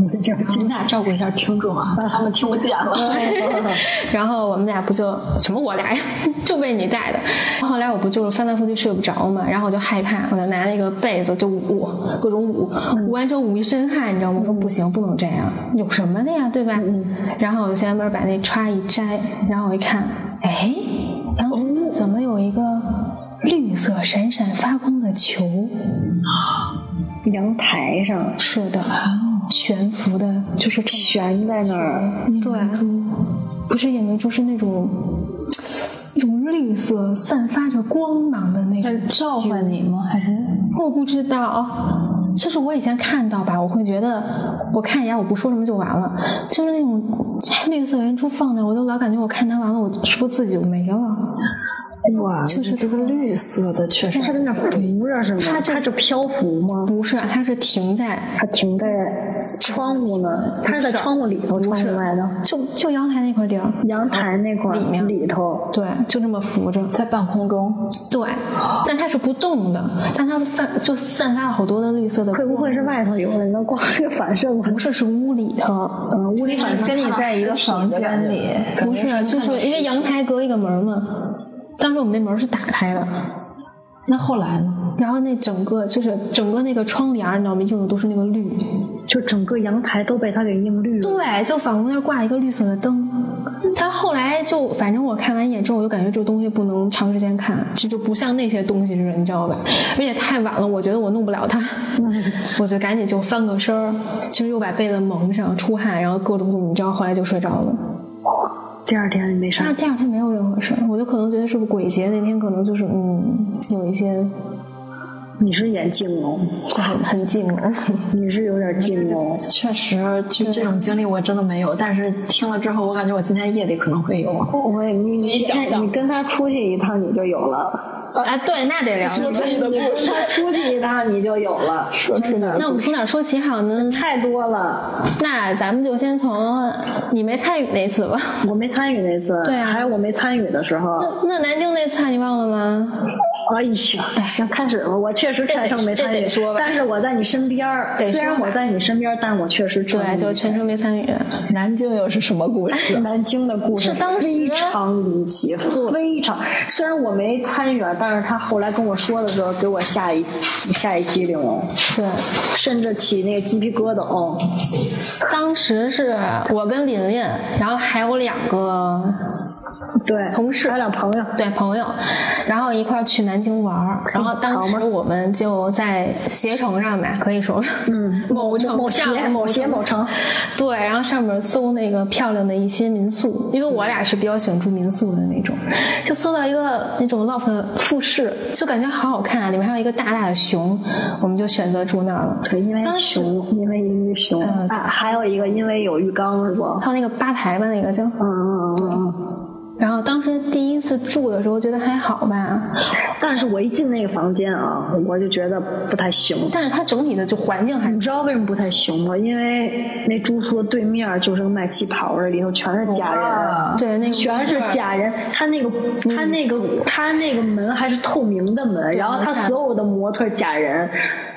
A: 我这样
B: 你们俩照顾一下听众啊，他们听不见了。
D: [LAUGHS] 然后我们俩不就什么我俩呀， [LAUGHS] 就被你带的。后来我不就是翻来覆去睡不着嘛，然后我就害怕，我就拿那个被子就捂，各种捂，捂完之后捂一身汗，你知道吗？我说不行，不能这样，有什么的呀，对吧？然后我就先门把那歘一摘，然后我一看，哎，然后怎么有一个绿色闪闪发光的球？
A: 阳台上
D: 是的，悬浮的，就是这么
A: 悬在那儿，
D: 嗯对，啊不是眼明珠，是那种一种绿色散发着光芒的那种。
C: 召唤你吗？还是
D: 我不知道，就是我以前看到吧，我会觉得我看一眼，我不说什么就完了。就是那种绿色圆珠放那儿，我都老感觉我看它完了，我是不是自己就没了？
B: 哇，就是这个绿色的，确实
A: 它在那儿浮着是吗？
D: 它就
A: 它是漂浮吗？
D: 不是，它是停在
A: 它停在窗户呢？它是在窗户里头，窗户外头，
D: 就就阳台那块地儿，
A: 阳台那块儿
D: 里面
A: 里头。
D: 对，就这么浮着。
B: [LAUGHS] 在半空中，
D: 对，但它是不动的，但它散就散发了好多的绿色的
A: 会
D: 光。
A: 不会是外头有人的光给反射过来？
D: 不是，是屋里头，
A: 嗯，屋里反射
C: 跟你在一个房间里？
D: 不是，就是因为阳台隔一个门嘛。当时我们那门是打开的，
B: 那后来呢？
D: 然后那整个就是整个那个窗帘儿，你知道吗？映的都是那个绿，
A: 就整个阳台都被它给映绿了。
D: 对，就仿佛那儿挂了一个绿色的灯。他后来就，反正我看完一眼之后，我就感觉这个东西不能长时间看，这就不像那些东西似的，你知道吧？而且太晚了，我觉得我弄不了它，我就赶紧就翻个身儿，其实又把被子蒙上，出汗，然后各种怎么着，后来就睡着了。
A: 第二天没啥
D: 但是第二天没有任何事儿，我就可能觉得是不是鬼节那天可能就是嗯有一些
A: 你是眼镜哦，
D: 就很很寂寞，
A: 你是有点镜哦。
B: 确实，就这种经历我真的没有，但是听了之后，我感觉我今天夜里可能会有。
A: 我也你你哎
B: 想象
A: 你跟他出去一趟你就有了，
D: 啊，对，那得聊。
A: 你跟他出去一趟你就有了，
D: 那我们从哪儿说起好呢？
A: 太多了。
D: 那咱们就先从你没参与那次吧。
A: 我没参与那次，
D: 对啊
A: 还有我没参与的时候，
D: 那南京那次啊你忘了吗？
A: 哎呀，行，开始吧。我确实全程没参
D: 这
A: 与，
D: 得说吧
A: 但是我在你身边儿，
D: 得说吧
A: 虽然我在你身边儿，但我确实
D: 对，就全程没参与。
B: 南京又是什么故事？
A: 南京的故事
D: 是当时
A: 非常离奇，非常。虽然我没参与啊，但是他后来跟我说的时候，给我吓一吓一激灵哦，
D: 对，
A: 甚至起那个鸡皮疙瘩哦。
D: 当时是我跟琳琳，然后还有两个
A: 对，
D: 同事
A: 还有俩朋友，
D: 对朋友，然后一块儿去南京玩儿。然后当时我们就在携程上嘛，可以说，嗯，某城
A: 某
D: 上
A: 协某协某城，
D: 对，然后上面搜那个漂亮的一些民宿，因为我俩是比较喜欢住民宿的那种，就搜到一个那种 loft 的复式，就感觉好好看啊，里面还有一个大大的熊，我们就选择住那儿了。
A: 对，因为
D: 当时
A: 熊，因为因为熊
D: 嗯
A: 啊，还有一个因为有浴缸是吧？
D: 还有那个吧台吧，那个叫。
A: 嗯嗯嗯嗯嗯。
D: 然后当时第一次住的时候觉得还好吧，
A: 但是我一进那个房间啊，我就觉得不太行。
D: 但是它整体的就环境还
A: 你知道为什么不太行吗？因为那住宿对面就是个卖旗袍的，里头全是假人。
D: 对那个
A: 全是假人，他那个
D: 嗯
A: 他那个他那个门还是透明的门，然后他所有的模特假人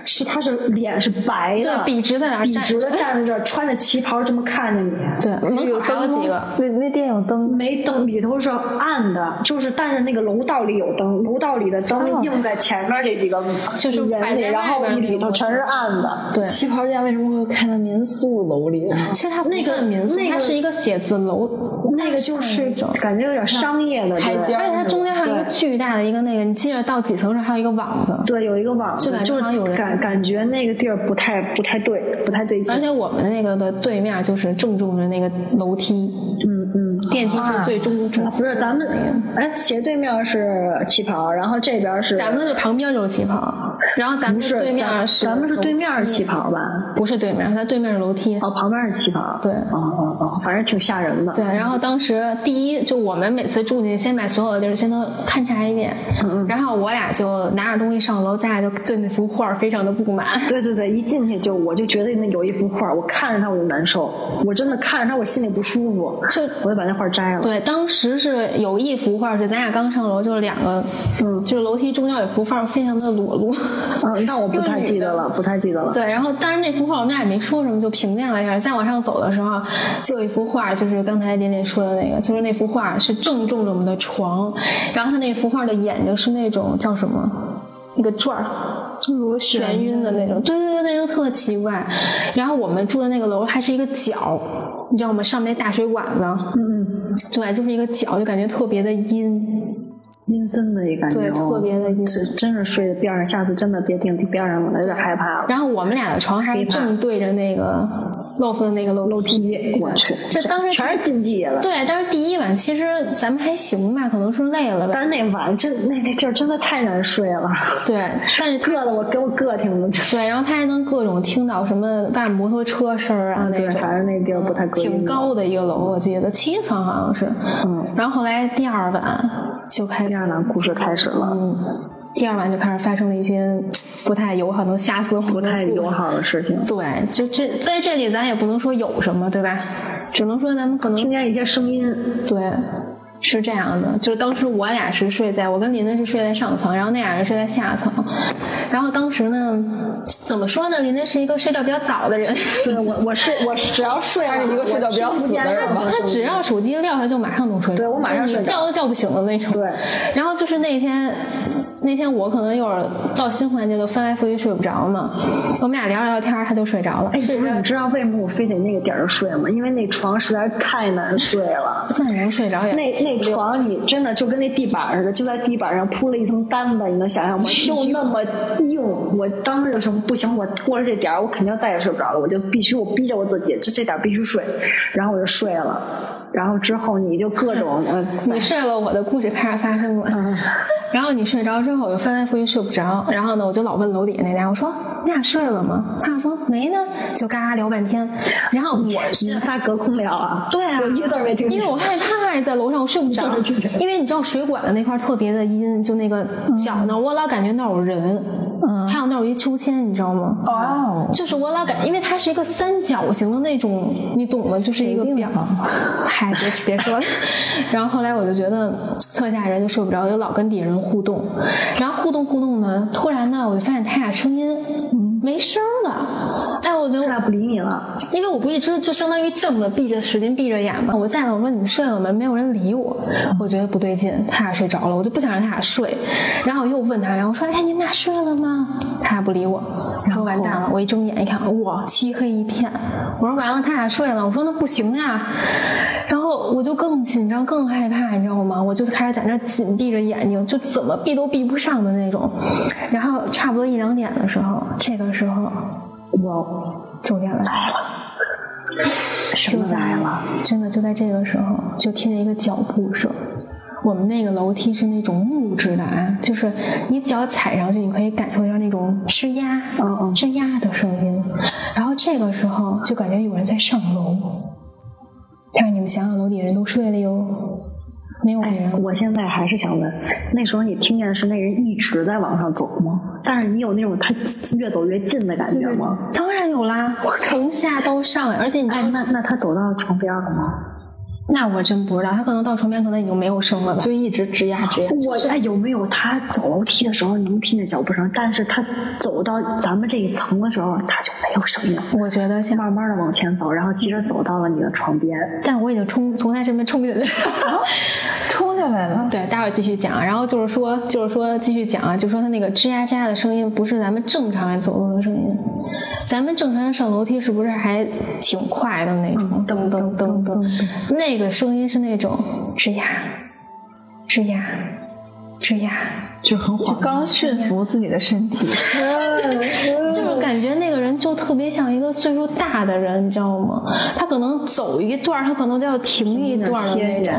A: 是他是脸是白的，
D: 对笔直在那儿
A: 笔
D: 站
A: 直的站在这儿，穿着旗袍这么看着你，
D: 对门口还有几个，
C: [LAUGHS] 那那店有灯，
A: 没灯，里头是暗的，就是但是那个楼道里有灯，楼道里的灯映在前面这几个
D: 就是摆
A: 人里，
D: 在
A: 然
D: 外
A: 后
D: 边
A: 里
D: 那
A: 头
D: 种
A: 全是暗的，
D: 对。
B: 旗袍店为什么会开在民宿楼里？
D: 其实它不算民宿，
A: 那个
D: 它是一个写字楼，
A: 那个就是
D: 那种
A: 感觉有点商业的
B: 台
A: 对
B: 阶儿
D: 而且它中间还有一个
A: 对
D: 巨大的一个那个，你记着到几层时候还有一个网子。
A: 对，有一个网
D: 就
A: 子，
D: 感觉
A: 就
D: 好像有
A: 是
D: 人
A: 感感觉那个地儿不太不太对，不太对劲
D: 而。且我们那个的对面就是正中的那个楼梯，
A: 嗯嗯，
D: 电梯是最中中
A: 不是咱们哎，斜对面是旗袍，然后这边是
D: 咱们的旁边就是旗袍，然后咱们
A: 不是
D: 对面
A: 咱
D: 是
A: 咱们是对
D: 楼，
A: 面是旗袍吧？
D: 不是对面，它对面是楼梯。
A: 哦，旁边是旗袍。
D: 对
A: 哦哦哦，反正挺吓人的。
D: 对，然后当时第一就我们每次住进去，先把所有的地儿先都勘察一遍，
A: 嗯
D: 然后我俩就拿着东西上楼，咱俩就对那幅画儿非常的不满。
A: 对对对，一进去就我就觉得那有一幅画，我看着它我就难受，我真的看着它我心里不舒服，
D: 就
A: 我就把那画摘了。
D: 对，当时是有一幅画是咱俩刚上楼，就是两个，
A: 嗯
D: 就是楼梯中间有一幅画非常的裸露。 [LAUGHS]
A: 嗯，那我不太记得了，不太记得了。
D: 对，然后当然那幅画我们俩也没说什么，就评价了一下。再往上走的时候，就有一幅画，就是刚才点点说的那个，就是那幅画是正中着我们的床，然后他那幅画的眼睛是那种叫什么，那个转儿。眩晕的那种，对对对，那就特奇怪。然后我们住的那个楼还是一个角，你知道吗？上面大水管子，嗯，对，就是一个角，就感觉特别的阴，
A: 阴森的一感觉，哦
D: 对，特别的阴。
A: 是真是睡在边上，下次真的别定边上了，有点害怕了。
D: 然后我们俩的床还是正对着那个 loft 的那个楼
A: 楼
D: 梯。
A: 梯，我去，
D: 这当时
A: 全是禁忌了。
D: 对，但是第一晚其实咱们还行吧，可能是累了吧。
A: 但是那晚真那那地儿真的太难睡了，
D: 对，但是他
A: 硌得我给我硌挺的。
D: 对，然后他还能各种听到什么外面摩托车声儿啊那
A: 对，
D: 种。
A: 反正那地儿不太可以
D: 嗯挺。高的一个楼，我记得七层好像是。
A: 嗯。
D: 然后后来第二晚就开
A: 第
D: 始，
A: 二晚故事开始了，
D: 嗯，第二晚就开始发生了一些不太友好、能吓死我们
A: 不
D: 的
A: 太
D: 故事
A: 友。好的事情。
D: 对，就这在这里咱也不能说有什么，对吧？只能说咱们可能
A: 听见一些声音，
D: 对，是这样的，就是当时我俩是睡在，我跟林子是睡在上层，然后那俩人睡在下层。然后当时呢，怎么说呢？林子是一个睡觉比较早的人，
A: 对我我睡我只要睡了，
B: 他是一个睡觉比较死的人
A: 我
D: 他只要手机撂下就马上能睡着，
A: 哦对我马上
D: 就是
A: 睡
D: 你
A: 着
D: 叫都叫不醒的那种。
A: 对，
D: 然后就是那天，那天我可能一会儿到新环节就翻来覆去睡不着嘛，我们俩聊着聊天儿他就睡着了
A: 哎，。不是，你知道为什么我非得那个点儿睡吗？因为那床实在是太难睡了。
D: 那能睡着
A: [LAUGHS]
D: 也
A: 那那床你真的就跟那地板似的，就在地板上铺了一层单子，你能想象 [LAUGHS] 吗？就那么硬。我当时就说不行，我过了这点儿，我肯定再也睡不着了，我就必须我逼着我自己，这这点儿必须睡。然后我就睡了，然后之后你就各种呃，
D: 你睡了，我的故事开始发生了。
A: 嗯
D: [LAUGHS] 然后你睡着之后，我就翻来覆去睡不着。然后呢，我就老问楼底下那俩，我说你俩睡了吗？他俩说没呢，就嘎嘎聊半天。然后我
A: 你们仨隔空聊啊？
D: 对啊
A: 我一个字儿没听见。
D: 因为我害怕呀，在楼上我睡不着
A: [LAUGHS] 就是嗯这，样
D: 因为你知道水管的那块儿特别的阴，就那个角那儿，我老感觉那儿有人，
A: 嗯
D: 还有那儿有一秋千，你知道吗？
C: 哦，
D: 就是我老感，因为它是一个三角形的那种，你懂的，就是一个表。
A: 啊
D: 嗨，别别说了。 [LAUGHS] 然后后来我就觉得特吓人，就睡不着，就老跟底下人互动。然后互动互动呢，突然呢，我就发现他俩声音没声儿了。哎，我就
A: 他俩嗯不理你了，
D: 因为我不一直就相当于这么闭着使劲闭着眼嘛，我在了，我说你们睡了吗？没有人理我，我觉得不对劲，他俩睡着了，我就不想让他俩睡，然后我又问他，然后我说哎你们俩睡了吗？他俩不理我，我说完蛋了，我一睁眼一看，哇漆黑一片，我说完了他俩睡了，我说那不行呀，然后我就更紧张更害怕，你知道吗？我就开始在那儿紧闭着眼睛，就怎么闭都闭不上的那种，然后差不多一两点的时候，这个时候
A: 我
D: 重点来了。就在真的就在这个时候，就听见一个脚步声。我们那个楼梯是那种木质的啊，就是你脚踩上去，你可以感受到那种吱呀、
A: 嗯嗯
D: 吱呀的声音。然后这个时候就感觉有人在上楼，但是你们想想，楼底人都睡了哟，没有别人。
A: 哎，我现在还是想问，那时候你听见的是那人一直在往上走吗？但是你有那种他越走越近的感觉吗？
D: 当然有啦，从下到上，而且你知道
A: 哎，那那他走到床边了吗？
D: 那我真不知道，他可能到床边可能已经没有声了吧。
B: 就一直吱呀吱呀。
A: 我哎，有没有他走楼梯的时候能听见脚步声，但是他走到咱们这一层的时候，他就没有声音了。
D: 我觉得像，
A: 慢慢的往前走，然后接着走到了你的床边。
D: 但我已经冲从他身边冲进来了。
C: 冲下来了，
D: [LAUGHS] 对，待会儿继续讲啊。然后就是说，就是说继续讲啊，就说他那个吱呀吱呀的声音，不是咱们正常人走路的声音。咱们正常人上楼梯是不是还挺快的那种？噔噔嗯噔噔，那个声音是那种吱呀，吱呀，吱呀，
B: 就很
C: 就
B: 缓慢。
C: 刚驯服自己的身 [LAUGHS] 体，
D: 就是感觉那个人就特别像一个岁数大的人，你知道吗？他可能走一段儿，他可能就要停一段儿的那种。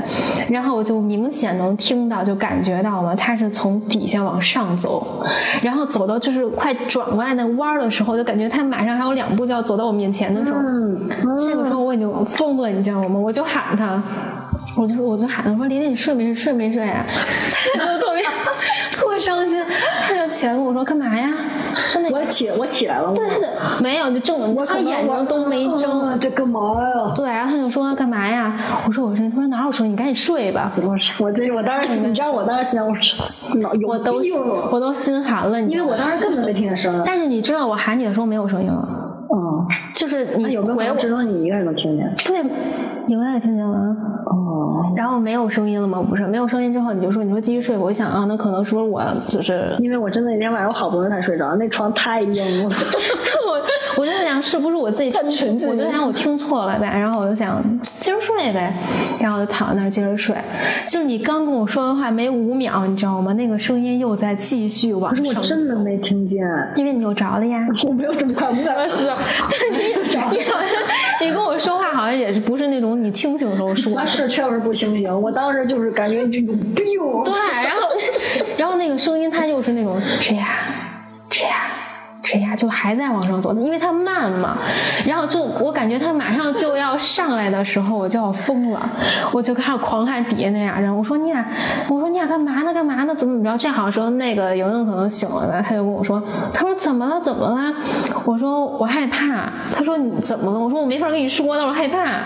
D: 然后我就明显能听到，就感觉到了，他是从底下往上走，然后走到就是快转过来那弯儿的时候，就感觉他马上还有两步就要走到我面前的时候，这个时候我已经疯了，你知道吗？我就喊他。我就我就喊他说：“琳琳，你睡没睡？睡没睡啊？”他就特别 [LAUGHS] 特伤心，他就起来跟我说：“干嘛呀？”真的
A: 我起我起来了，
D: 对他的没有，就正他眼睛都没睁。
A: 啊这干嘛呀？
D: 对，然后他就说干嘛呀？我说我声音，他说哪有声音？你赶紧睡吧。
A: 我是我这我当时你知道我当时心想我说脑有
D: 我都
A: 病，啊
D: 我都心寒了，哎你
A: 因
D: 知
A: 为
D: 道吗。
A: 我当时根本没听见声儿。
D: 但是你知道我喊你的时候没有声音了，
A: 嗯，
D: 就是
A: 那
D: 你
A: 有没
D: 回
A: 有
D: 我，
A: 只能你一个人能听见？
D: 对，你永远听见了啊。
A: 哦，
D: 然后没有声音了吗？不是，没有声音之后你就说你说继续睡吧。我想啊，那可能是不是我就是
A: 因为我真的那天晚上我好不容易才睡着，那床太硬了。
D: 我我就在想是不是我自己听，我就在想我听错了呗，然后我就想接着睡呗，然后我就躺那儿接着睡。就是你刚跟我说完话没五秒，你知道吗？那个声音又在继续往
A: 可 [LAUGHS] 是我
D: 上，
A: 真的没听见，
D: 因为你又着
A: [LAUGHS]
D: 了呀。
A: 我没有这么快，我们俩
D: 是，对你你好像你 [LAUGHS] 跟我说话好像也是不是那种你清醒的时候说
A: 那是确实不清醒。我当时就是感觉这种病，
D: 对，然后 [LAUGHS] 然后那个声音它又是那种吱呀吱呀吱呀，就还在往上走，因为它慢嘛。然后就我感觉它马上就要上来的时候，我就要疯了，我就开始狂看底下那俩人，我说你俩，我说你俩干嘛呢？干嘛呢？怎么怎么着？这好像时候那个莹莹可能醒了吧，她就跟我说，她说怎么了？怎么了？我说我害怕。她说你怎么了？我说我没法跟你说，但我害怕。她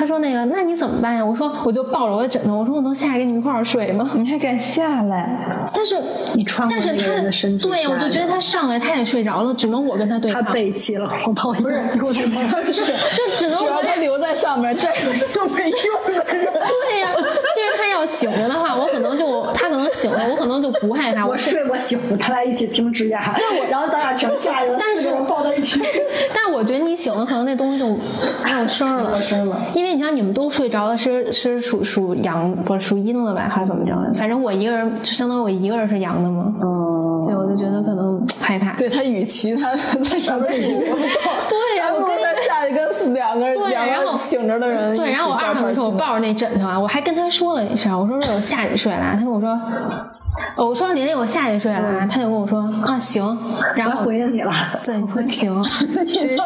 D: 他说那个那你怎么办呀？我说我就抱着我的枕头，我说我能下来跟你们一块儿睡吗？ [LAUGHS]
C: 你还敢下来？
D: 但是
A: 你穿过
D: 但是
A: 那个人的
D: 他
A: 身体
D: 对，
A: 下
D: 我
A: 来
D: 就觉得他上来他也睡着了，只能我跟他对
A: 他
D: 抗，
A: 背弃了我把我不是 [LAUGHS] 给我这朋友 [LAUGHS]
B: 是，
D: 就只能
B: 主
D: 我
B: 要
D: 跟
B: 他留在上面，这个就没用了。
D: 对呀、就是他要醒了的话，我可能就他可能醒了，我可能就不害怕。
A: 我
D: 我
A: 睡我醒了，他俩一起听指甲，对我，然后咱俩全下去了，
D: 但是
A: 四个人抱在一 [LAUGHS] 起，
D: 但是我觉得你醒了，可能那东西就没有声儿了，因为你像你们都睡着了，是是属属阳不是属阴了吧，还是怎么着的？反正我一个人，就相当于我一个人是阳的嘛。哦，对，我就觉得可能害怕。
B: 对他，与其他在上面一个人逛，
D: 对呀、
B: 还不
D: 我
B: 如
D: 跟
B: 他下去跟两个人
D: 对
B: 两
D: 然
B: 个
D: 后
B: 醒着的人一起
D: 对，然后我
B: 抱
D: 二号
B: 团
D: 的时候，我
B: 去
D: 抱着那枕头啊，我还跟他说了一声，我说说我下去睡了，他跟我说，哦我说琳琳我下去睡了，他就跟我说啊行，然后
A: 嗯他
D: 我
A: 回应你了。
D: 对，你说行，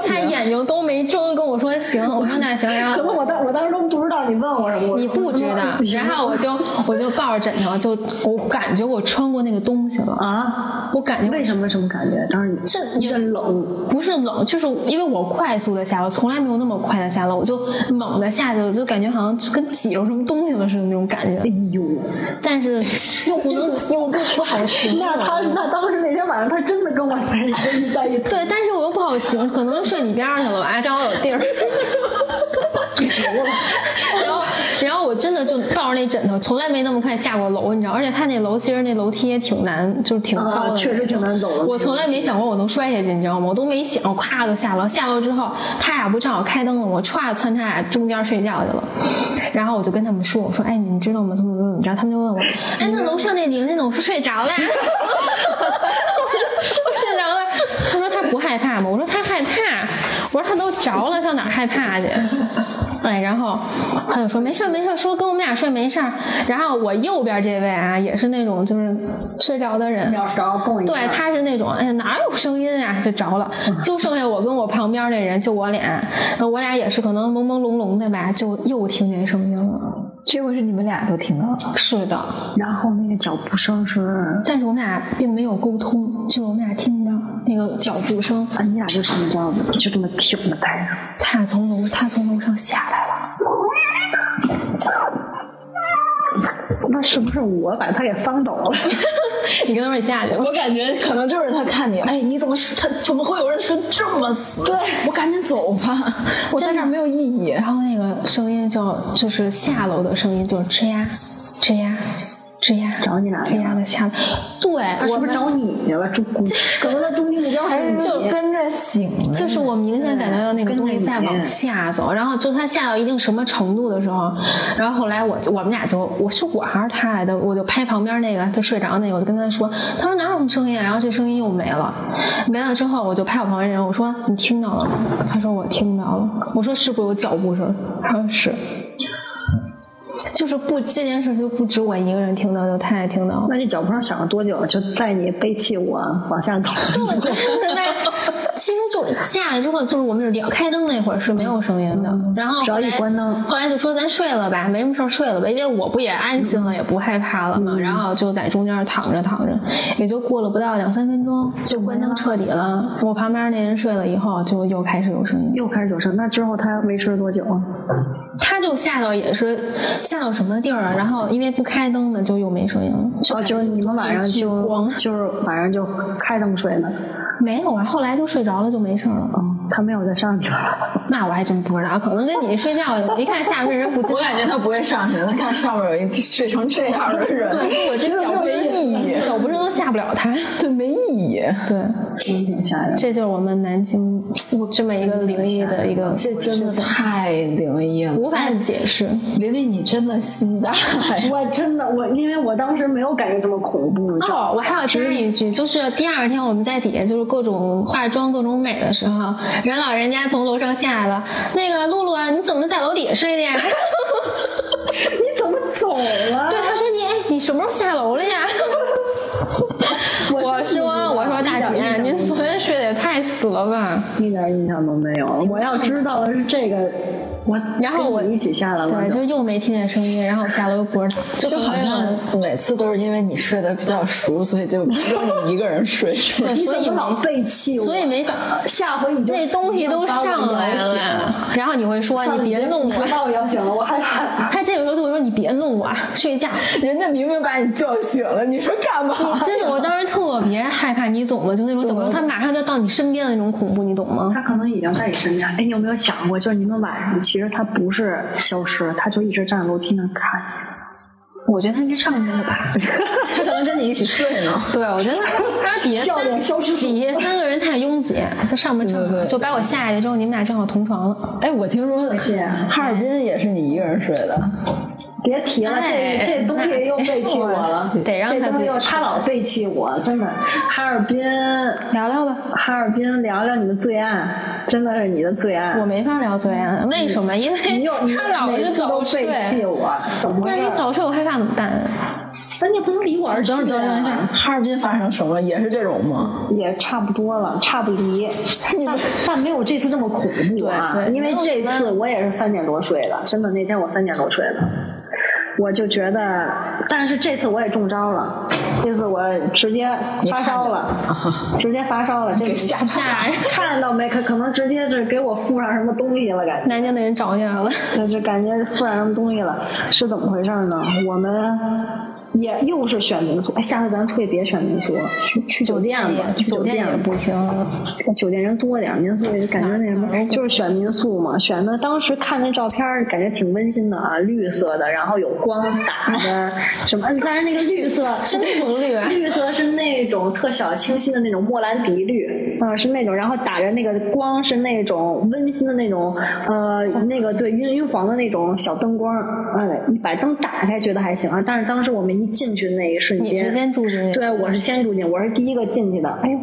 D: 他眼睛都没睁，跟我说行，我说那行，然
A: [LAUGHS] 可能
D: 后
A: 我当我当时都不知道你问我什么，我
D: 你不知道，然后我就我就抱着枕头，就我感觉我穿过那个东西了，
A: 啊，
D: 我感觉
A: 为什么这么感觉？当时你
D: 这
A: 一阵冷，
D: 不是冷，就是因为我快速的下楼，从来没有那么快的下楼，我就猛的下去了，就感觉好像就跟挤着什么东西了似的那种感觉
A: 哎，呦，
D: 但是又不能又不不好形容
A: 那。他那当时那天晚上他真的跟我在一起在一起，
D: 对，但是我又不好行，可能睡你边儿上了吧，正好有地儿。 [LAUGHS] 然后，然后我真的就抱着那枕头，从来没那么快下过楼，你知道？而且他那楼其实那楼梯也挺难，就是挺高
A: 啊，
D: 的，
A: 确实挺难走的。
D: 我从来没想过我能摔下去，你知道吗？我都没想，我咵就下楼。下楼之后，他俩不正好开灯了，我歘窜他俩中间睡觉去了。然后我就跟他们说：“我说，哎，你们知道吗？怎么怎么怎么着？”他们就问我：“哎，那楼上那玲玲呢？”我说：“睡着了。” [LAUGHS] 我说：“我睡着了。”他说：“他不害怕吗？”我说：“他害怕。”我说：“他都着了，上哪儿害怕去？”哎，然后他就说没事儿没事儿，说跟我们俩睡没事儿。然后我右边这位啊，也是那种就是睡着的人，
A: 秒勺蹦一下嗯
D: 对，他是那种，哎呀，哪有声音啊，就着了，就剩下我跟我旁边那人，就我俩，然后我俩也是可能朦朦胧胧的吧，就又听见声音了。
C: 这回是你们俩都听到了，
D: 是的，
A: 然后那个脚步声是，
D: 但是我们俩并没有沟通，就是我们俩听到那个脚步声，
A: 啊，你俩就这么着，就这么挺着待着。
D: 他俩从楼，他从楼上下来了。
A: 那是不是我把他给放倒
D: [LAUGHS]
A: 了？
D: 你跟他们一起下去吧。
B: 我感觉可能就是他看你，哎，你怎么他怎么会有人睡这么死？对，我赶紧走吧，我在这儿没有意义。
D: 然后那个声音就就是下楼的声音，就是吱呀吱呀吱呀，
A: 找你俩去
D: 吱呀的下来。
A: 他
D: 对，
A: 是
D: 我
A: 不
D: 们哎
A: 是找你去了？中可能他终极目标
D: [LAUGHS]
A: 是你。
C: 就跟着醒了。
D: 就是我明显感觉到那个东西在往下走，然后就它下到一定什么程度的时候，然后后来我我们俩就我是我还是他来的，我就拍旁边那个就睡着那个，我就跟他说，他说哪有什么声音啊？然后这声音又没了，没了之后我就拍我旁边人，我说你听到了吗？他说我听到了，我说是不是有脚步声？他说是。就是不这件事就不止我一个人听到，就他也听到了。
A: 那这脚步声响了多久？就在你背弃我往下走。
D: [LAUGHS] 就那其实就下来之后，就是我们聊开灯那会儿是没有声音的，然后
A: 只要
D: 后来
A: 一关灯
D: 后来就说咱睡了吧，没什么事儿，睡了吧，因为我不也安心了，也不害怕了嘛，然后就在中间躺着躺着，也就过了不到两三分钟，就关灯彻底了。我旁边那人睡了以后，就又开始有声音，
A: [LAUGHS] 又开始有声，那之后他维持了多久啊？
D: 他就吓到也是吓到什么地儿啊？然后因为不开灯嘛，就又没声音了，
A: 哦，就是你们晚上
D: 聚
A: 就
D: 光
A: [LAUGHS] 就是晚上就开灯睡呢。
D: 没有啊。后来就睡着了，就没事儿了。
A: 嗯，他没有再上去了。
D: 那我还真不知道，可能跟你睡觉一看下面人不
B: [LAUGHS]
D: 进
B: 我
D: 来。
B: 感觉他不会上去，他看上面有一睡成这样的人，
D: 对，说我这脚不
B: 没意义，
D: 脚不是都下不了他。
B: 对，没意义。
D: 对，
A: 真挺吓人。
D: 这就是我们南京我这么一个灵异的一个，
B: 这真的太灵异了，
D: 无法解释。
B: 琳琳，你真的心 [LAUGHS] 大呀！
A: 我真的我，因为我当时没有感觉这么恐怖，你知道吗
D: 哦，我还要加一句，就是第二天我们在底下就是各种化妆、各种美的时候，人老人家从楼上下来了，那个露露啊，你怎么在楼底下睡的呀？ [LAUGHS]
A: 你怎么走了？
D: 对，他说你哎，你什么时候下楼了呀？ [LAUGHS] 我说我说大姐，啊您昨天睡得也太死了吧？
A: [LAUGHS] 一点印象都没有。我要知道的是这个，我
D: 然后我
A: 跟你一起下来了
D: 对，，就又没听见声音，然后我下楼又不知道，
B: 就好像每次都是因为你睡得比较熟，所以就让你一个人睡，是吧？
D: 对，
A: 你
D: 所
A: 怎
D: 以
A: 么老
D: 没
A: 背弃我？
D: 所以没法，
A: 下回你就
D: 那东西都上来了，然后你会说你别弄
A: 我
D: 我，
A: 把我摇
D: [LAUGHS]
A: 哎
D: 吧，
A: [LAUGHS]
D: 睡觉。
B: 人家明明把你叫醒了，你说干嘛？
D: 真的，我当时特别害怕你懂吗？就那种怎么说，他马上就要到你身边的那种恐怖，你懂吗？
A: 他可能已经在你身边。哎，你有没有想过，就是你们晚上其实他不是消失，他就一直站在楼梯那看你。
D: 我觉得他应该上去了
A: [LAUGHS]
D: 吧？
B: 他可能跟你一起睡呢。
D: 对，我觉得 [LAUGHS] 他
A: [LAUGHS]
D: 他底下
A: 笑
D: 三
A: 脸消失术
D: 底下三个人太拥挤，就上面正
B: 对对
D: 好就把我吓下去之后，你们俩正好同床了。
B: 哎，我听说哈尔滨也是你一个人睡的，
A: 别提了，
D: 哎
A: 这这东西又背弃我了，
D: 得让他
A: 这东西又
D: 自己
A: 他老背弃我，真的。哈尔滨，
D: 聊聊吧，
A: 哈尔滨，聊聊你的罪案，真的是你的罪案。
D: 我没法聊昨天，为什么？因
A: 嗯你
D: 为
A: 又你又
D: 他老
A: 每
D: 是
A: 次都
D: 早睡
A: 背。弃我，怎么回
D: 那你
A: 事？
D: 早睡，我害怕怎么办？
A: 那你不能离我而去
B: 等会儿等一下
A: 啊，，
B: 哈尔滨发生什么也是这种吗？
A: 也差不多了，差不离，但但没有这次这么恐怖啊
D: 对，对
A: 因为这次我也是三点多睡的，真的那天我三点多睡的。我就觉得，但是这次我也中招了，这次我直接发烧了，直接发烧了，这
B: 给吓
D: 吓人！
A: 看到没？可可能直接就是给我附上什么东西了，感觉。
D: 南京的人找你来了，
A: 就是感觉附上什么东西了，是怎么回事呢？我们也又是选民宿，哎，下次咱出去别选民宿，去去酒店吧，去酒
D: 店
A: 店
D: 也不行。
A: 酒店人多点儿，民宿也感觉那什么，就是选民宿嘛，选的当时看那照片儿感觉挺温馨的啊，绿色的，然后有光打的，什么，但是那个绿色
D: 是那种绿
A: [LAUGHS]
D: 啊
A: 绿色是那种特小清新的那种莫兰迪绿，啊、是那种，然后打着那个光是那种温馨的那种，呃，那个对晕晕黄的那种小灯光，哎，你把灯打开觉得还行啊，但是当时我们一进去那一瞬
D: 你是
A: 间。
D: 先住进去，
A: 对，我是先住进，我是第一个进去的。哎呦，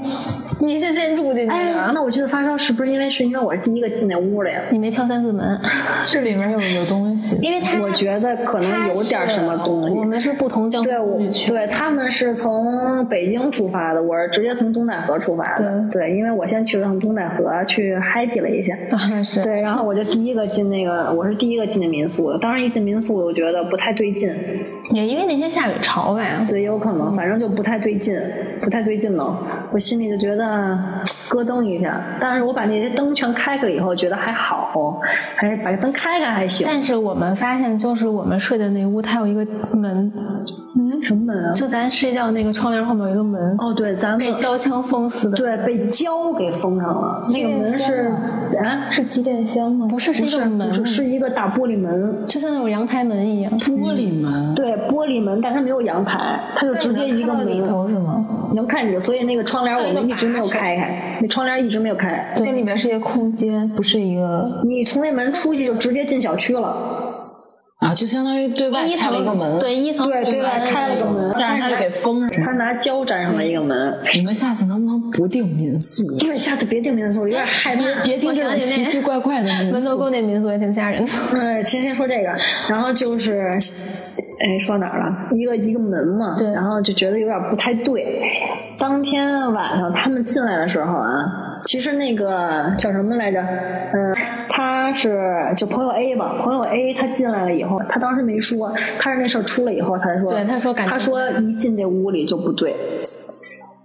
D: 你是先住进去啊
A: 哎，
D: 的，
A: 那我这次发烧是不是因为是因为我是第一个进那屋的呀？
D: 你没敲三次门，
B: 这里面有有东西。
D: 因为他
A: 我觉得可能有点什么东
D: 我
A: 西。
D: 们是不同交
A: 对，
D: 通
A: 我
D: 工具去，
A: 对他们是从北京出发的，我是直接从东戴河出发的。对，因为我先去了趟东戴河，去 happy 了一下。
D: 当然啊是。
A: 对，然后我就第一个进那个，我是第一个进的民宿的。当时一进民宿，我觉得不太对劲，
D: 也因为那天下雨潮呗，
A: 对，有可能，反正就不太对劲，不太对劲了。我心里就觉得咯噔一下，但是我把那些灯全开开了以后，觉得还好，还是把灯开开还行。
D: 但是我们发现，就是我们睡的那屋，它有一个门，
A: 嗯，什么门啊？
D: 就咱睡觉那个窗帘后面有一个门，
A: 哦，对，咱
D: 被
A: 们
D: 胶枪封死的。
A: 对被胶给封上了，那个门是啊，
C: 是几点香吗？
D: 不是，是一个门，
A: 是是一个大玻璃门，
D: 就像那种阳台门一样。
B: 玻璃门，
A: 对，玻璃门，但它没有阳台，它就直接一个门，
C: 里头是吗？
A: 能看见，所以那个窗帘我们一直没有开开，那窗帘一直没有开。
C: 那里面是一个空间，不是一个。
A: 你从那门出去就直接进小区了，
B: 啊，就相当于对外
D: 一
B: 开了一个
D: 层
B: 门，，
D: 对一层
A: 对，对外开了个门，
B: 但是他就给封上
A: 他
B: 了。
A: 拿胶粘上了一个门。
B: 你们下次能不能不订民宿？
A: 对，下次别订民宿，有点害怕。
B: 别订这种奇奇怪怪的民
D: 门头
B: 宿。
D: 沟那民宿也挺吓人的。
A: [LAUGHS] 嗯，先先说这个，然后就是，哎，说哪儿了？一个一个门嘛，
D: 对
A: 然后就觉得有点不太对。当天晚上他们进来的时候啊，其实那个叫什么来着？嗯，他是就朋友 A 吧，朋友 A 他进来了以后，他当时没说，他是那事儿出了以后，他才说，
D: 对他说感觉
A: 他说一进这屋里就不对，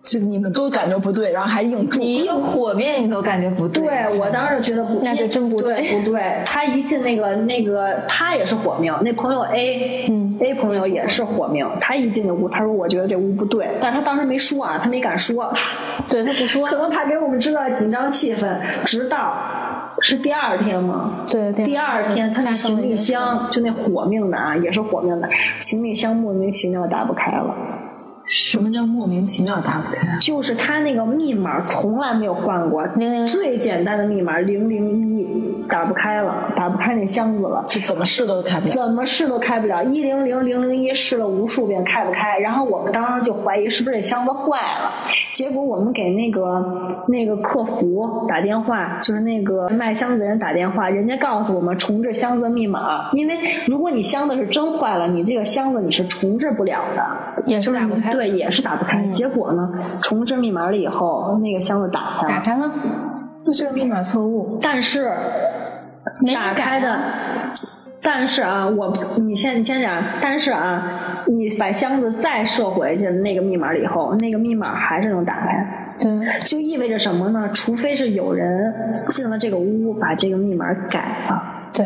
B: 这你们都感觉不对，然后还硬住。
C: 你一个火面你都感觉不
A: 对，我当时觉得不，
D: 那就真不对
A: 对，不对。他一进那个那个，他也是火命，那朋友 A，
D: 嗯
A: ，A 朋友也是火命。他一进这屋，他说我觉得这屋不对，但是他当时没说啊，他没敢说，
D: 对他不说
A: 可，能怕给我们制造紧张气氛。直到是第二天吗？
D: 对对。
A: 第二天，他那
D: 发生
A: 行
D: 了一
A: 李
D: 个
A: 箱就那火命的啊，也是火命的，行李箱莫名其妙打不开了。
B: 什么叫莫名其妙打不开？
A: 就是他那个密码从来没有换过，
D: 001
A: 最简单的密码零零一打不开了，打不开那箱子了。
B: 这怎么试都开不了。
A: 怎么试都开不了，一零零零零一试了无数遍开不开，然后我们当时就怀疑是不是这箱子坏了，结果我们给那个那个客服打电话，就是那个卖箱子的人打电话，人家告诉我们重置箱子密码，因为如果你箱子是真坏了，你这个箱子你是重置不了的，
D: 也是打不
A: 嗯
D: 开嗯
A: 对，也是打不开。结果呢，重置密码了以后，那个箱子打开
D: 打
A: 了，
D: 开了，
C: 就是密码错误。
A: 但是
D: 没人啊
A: 打
D: 改
A: 开的。但是啊，我你先你先讲，但是啊，你把箱子再设回去那个密码了以后，那个密码还是能打开，
D: 对，
A: 就意味着什么呢？除非是有人进了这个屋，把这个密码改了。
D: 对，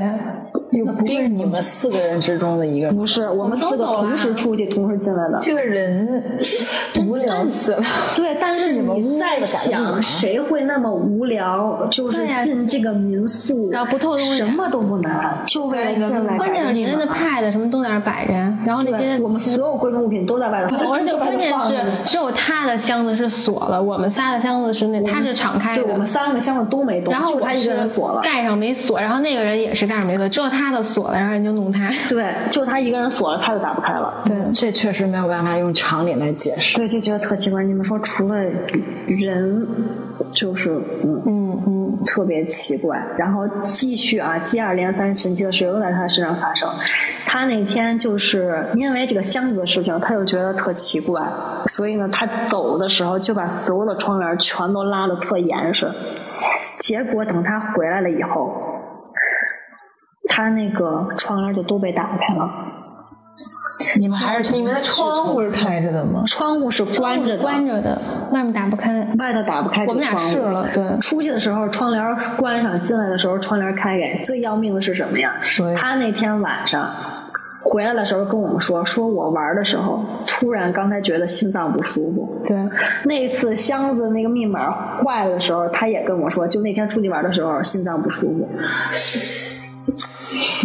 B: 又不是你们四个人之中的一个人。
A: 不是，我们四个同时出去，同时进来的。
C: 这个人 [LAUGHS] 无聊死了。
A: 对，但是你在想，谁会那么无聊？就是
D: 对呀
A: 进这个民宿，
D: 然后不透露
A: 什么都不难，就为了进来。
D: 关键是你那个 pad 什么都在那儿摆着，然后那些
A: 对，我们所有贵重物品都在外头，
D: 而且
A: 都在外
D: 关
A: 头
D: 键
A: 放
D: 是
A: 着呢，
D: 只有他的箱子是锁了，我们仨的箱子是那他是敞开的
A: 对，我们三个箱子都没动，
D: 哎然后
A: 就
D: 我
A: 他一个人锁了
D: 是。盖上没锁，然后那个人也是盖上没锁，只有他的锁了，然后人就弄他。
A: 对，就他一个人锁了，他就打不开了。
D: 对，
B: 这确实没有办法用常理来解释。
A: 所以就觉得特奇怪。你们说除了人，就是嗯嗯嗯，特别奇怪。然后继续啊，接二连三神奇的事又在他身上发生。他那天就是因为这个箱子的事情，他就觉得特奇怪，所以呢，他走的时候就把所有的窗帘全都拉得特严实。结果等他回来了以后，他那个窗帘就都被打开了。
B: 你们还是
C: 你们的窗户是开着的吗？
A: 窗户是关着的，
D: 关着的，外面打不开。
A: 外头打不开这个
D: 我们
A: 窗
D: 俩
A: 户。
D: 试了，对，
A: 出去的时候窗帘关上，进来的时候窗帘开开。最要命的是什么呀
C: 谁？
A: 他那天晚上回来的时候跟我们说，说我玩的时候突然刚才觉得心脏不舒服。
B: 对，
A: 那次箱子那个密码坏了的时候，他也跟我说，就那天出去玩的时候心脏不舒服，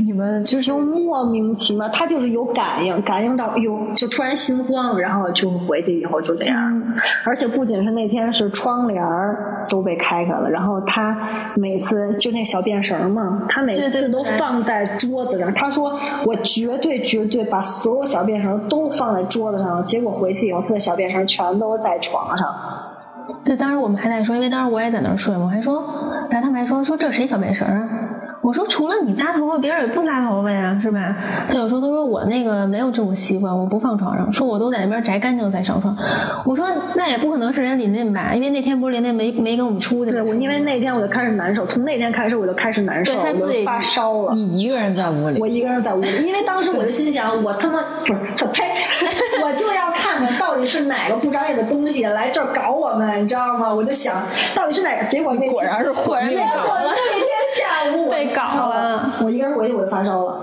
B: 你们就
A: 就是莫名其妙，他就是有感应，感应到哎呦，就突然心慌，然后就回去以后就这样。
D: 嗯
A: 而且不仅是那天是窗帘儿都被开开了，然后他每次就那小电绳嘛，他每
D: 对对
A: 次都
D: 对
A: 放在桌子上。他说我绝对绝对把所有小电绳都放在桌子上，结果回去以后，他的小电绳全都在床上。
D: 就当时我们还在说，因为当时我也在那儿睡嘛，我还说，然后他们还说说这谁小便绳啊？我说除了你扎头发，别人也不扎头发呀，是吧？他有时候他说我那个没有这种习惯，我不放床上，说我都在那边摘干净再上床。我说那也不可能是人家琳琳吧，因为那天不是琳琳没没跟我们出去
A: 对
D: 吗，
A: 我，因为那天我就开始难受，从那天开始我就开始难受，
D: 对他
A: 我
D: 自己
A: 就发烧了。
B: 你一个人在屋里，
A: 我一个人在屋 [LAUGHS] 里，因为当时我就心想，我他妈不是，我呸， [LAUGHS] 我就要看看到底是哪个不长眼的东西来这儿搞我们，你知道吗？我就想到底是哪个，结果那
B: 果然是
D: 果然被
A: 结
D: 搞
A: 果
D: 了。
A: 那天下午我
D: 被搞了，
A: 我一个人回去我就发烧了，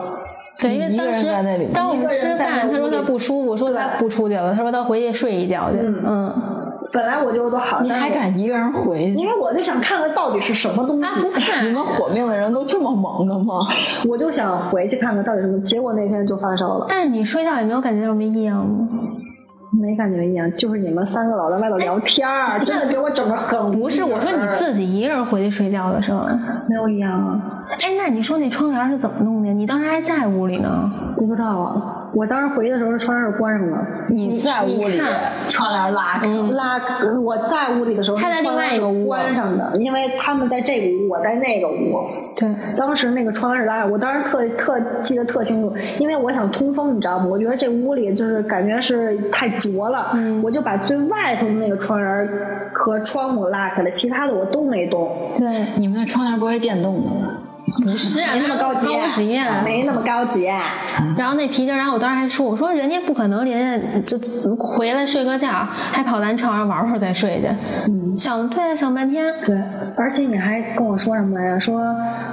D: 对，因为
B: 你一个
D: 当时
B: 人在那里吗
D: 当时我们吃饭，他说他不舒服，说他不出去了，他说他回去睡一觉去。嗯，
A: 本来我就都好，
B: 你还
A: 但是
B: 敢一个人回
A: 我？
B: 去？
A: 因为我就想看看到底是什么东西
D: 他，啊不怕
B: 你。们火命的人都这么猛的吗？
A: 我就想回去看看到底什么，结果那天就发烧了，
D: 但是你睡觉也没有感觉到什么异样吗？
A: 没感觉一样，就是你们三个老在外头聊天儿，真的给我整的很
D: 哎不是，我说你自己一个人回去睡觉的时候啊，
A: 没有一样啊。
D: 哎，那你说那窗帘是怎么弄的？你当时还在屋里呢，
A: 不知道啊，我当时回去的时候窗帘儿关上了，
B: 你在屋
D: 你
B: 里
D: 看，
B: 窗帘拉开，
A: 拉我在屋里的时候，
D: 他哦在另外一个屋
A: 关上的，因为他们在这个屋，我在那个屋。
D: 对，
A: 当时那个窗帘是拉上，我当时特特记得特清楚，因为我想通风，你知道吗？我觉得这屋里就是感觉是太浊了，
D: 嗯
A: 我就把最外头的那个窗帘和窗户拉开了，其他的我都没动。
D: 对，
B: 你们的窗帘不会电动的吗？
D: 不是啊，
A: 没那么高级，
D: 高级啊。
A: 没那么高级。啊
D: 然后那皮筋儿，然后我当时还说，我说人家不可能，人家就回来睡个觉，还跑咱床上玩会儿再睡去，
A: 嗯
D: 想对啊，想半天，
A: 对，而且你还跟我说什么来着？说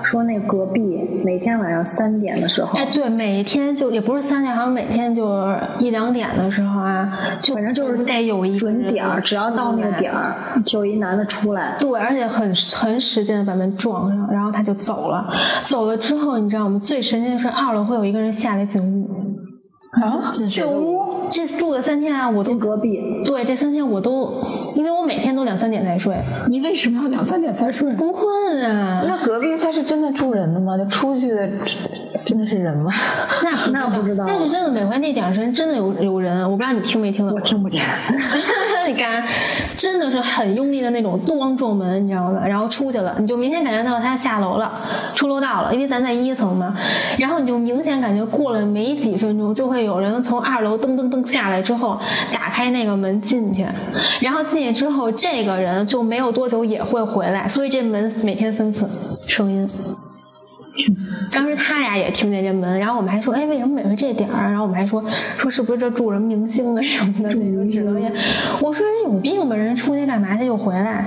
A: 说那隔壁每天晚上三点的时候，
D: 哎，对，每天就也不是三点，好像每天就一两点的时候啊，就
A: 反正就是
D: 得有一个
A: 准
D: 人
A: 点儿，只要到那个点儿，就一男的嗯出来。
D: 对，而且很很使劲的把门撞上，然后他就走了。走了之后，你知道吗？最神奇的是，二楼会有一个人下来进屋。
C: 啊，
B: 进谁的屋？
D: 这住的三天啊，我都
A: 隔壁，
D: 对这三天我都，因为我每天都两三点才睡，
B: 你为什么要两三点才睡？
D: 不困啊。
C: 那隔壁他是真的住人的吗？就出去的真的是人
B: [LAUGHS]
C: 吗？
D: 那
A: 那不知道
D: 但是真的每回那点儿声真的有有人，我不知道你听没听到。
A: 我听不见。
D: [LAUGHS] 你看，真的是很用力的那种，咣撞门，你知道吗？然后出去了，你就明显感觉到他下楼了，出楼道了，因为咱在一层嘛。然后你就明显感觉过了没几分钟，就会有人从二楼噔噔噔下来之后，打开那个门进去，然后进去之后，这个人就没有多久也会回来，所以这门每天三次声音。当时他俩也听见这门，然后我们还说，哎，为什么每回这点儿啊？然后我们还说，说是不是这住人明星啊什么的，那种指导也。我说人有病吧，人出去干嘛去又回来？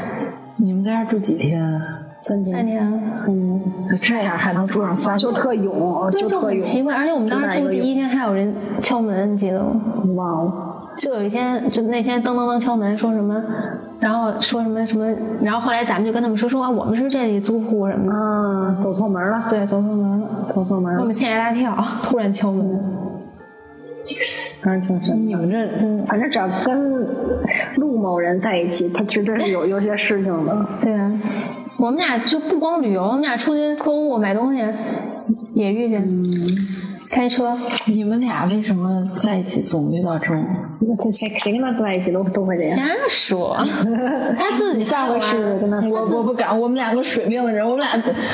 B: 你们在这儿住几天啊？
A: 三
D: 三
A: 天，
D: 年，
A: 三年，
B: 就这样还能住上仨
A: 就
B: 宿
A: 特勇，
D: 那就
A: 特
D: 很
A: 勇，
D: 奇怪。而且我们当时住第一天还有人敲门，你记得吗？
A: 哇哦！
D: 就有一天，就那天噔噔噔敲门，说什么，然后说什么什么，然后后来咱们就跟他们说说啊，我们是这里租户什么的。
A: 啊，走错门了，
D: 对，走错门了，
A: 走错门
D: 给我
A: 了，
D: 们吓一大跳，突然敲门。
A: 反正挺神。
B: 你们这
A: 嗯，反正只要跟陆某人在一起，他绝对是有有些事情的。 [LAUGHS]
D: 对啊，我们俩就不光旅游，我们俩出去购物买东西也遇见，开车
B: 你们俩为什么在一起总遇到这种？
A: 那他谁谁跟他在一起都都会这样。
D: 瞎 [LAUGHS] 说，他自己
A: 下回
D: 玩
A: 试试跟他，
B: 我我不敢，我们两个水命的人，我们俩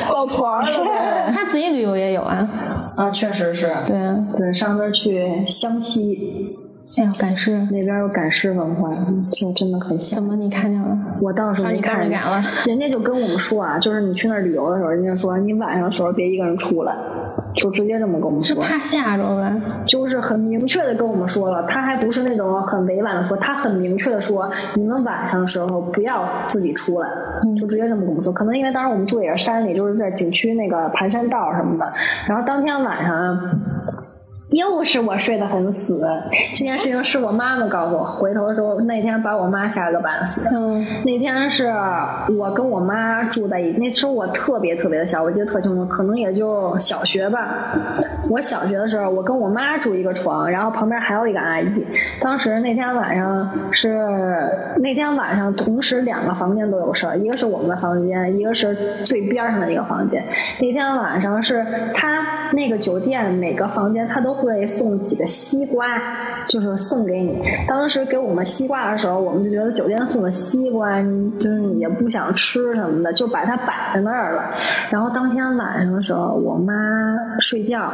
B: 抱团儿了。
D: 他自己旅游也有啊，
B: 啊，确实是。
D: 对啊，
A: 对，上次去湘西
D: 哎呀，赶尸
A: 那边有赶尸文化，就真的很像
D: 怎。么你看见了？
A: 我当时
D: 让
A: 没
D: 啊你帮着
A: 看见
D: 赶，了，
A: 人家就跟我们说啊，就是你去那儿旅游的时候，人家说你晚上的时候别一个人出来，就直接这么跟我们
D: 是
A: 说。
D: 怕吓着吧？
A: 就是很明确的跟我们说了，他还不是那种很委婉的说，他很明确的说，你们晚上的时候不要自己出来，
D: 嗯
A: 就直接这么跟我们说。可能因为当时我们住也是山里，就是在景区那个盘山道什么的，然后当天晚上啊。又是我睡得很死，这件事情是我妈妈告诉我，回头的时候那天把我妈吓个半死。
D: 嗯，
A: 那天是我跟我妈住在一，那时候我特别特别的小，我记得特清楚，可能也就小学吧。我小学的时候，我跟我妈住一个床，然后旁边还有一个阿姨。当时那天晚上是那天晚上，同时两个房间都有事儿，一个是我们的房间，一个是最边上的一个房间。那天晚上是他那个酒店每个房间他都会送几个西瓜，就是送给你。当时给我们西瓜的时候，我们就觉得酒店送的西瓜，就是你也不想吃什么的，就把它摆在那儿了。然后当天晚上的时候，我妈睡觉，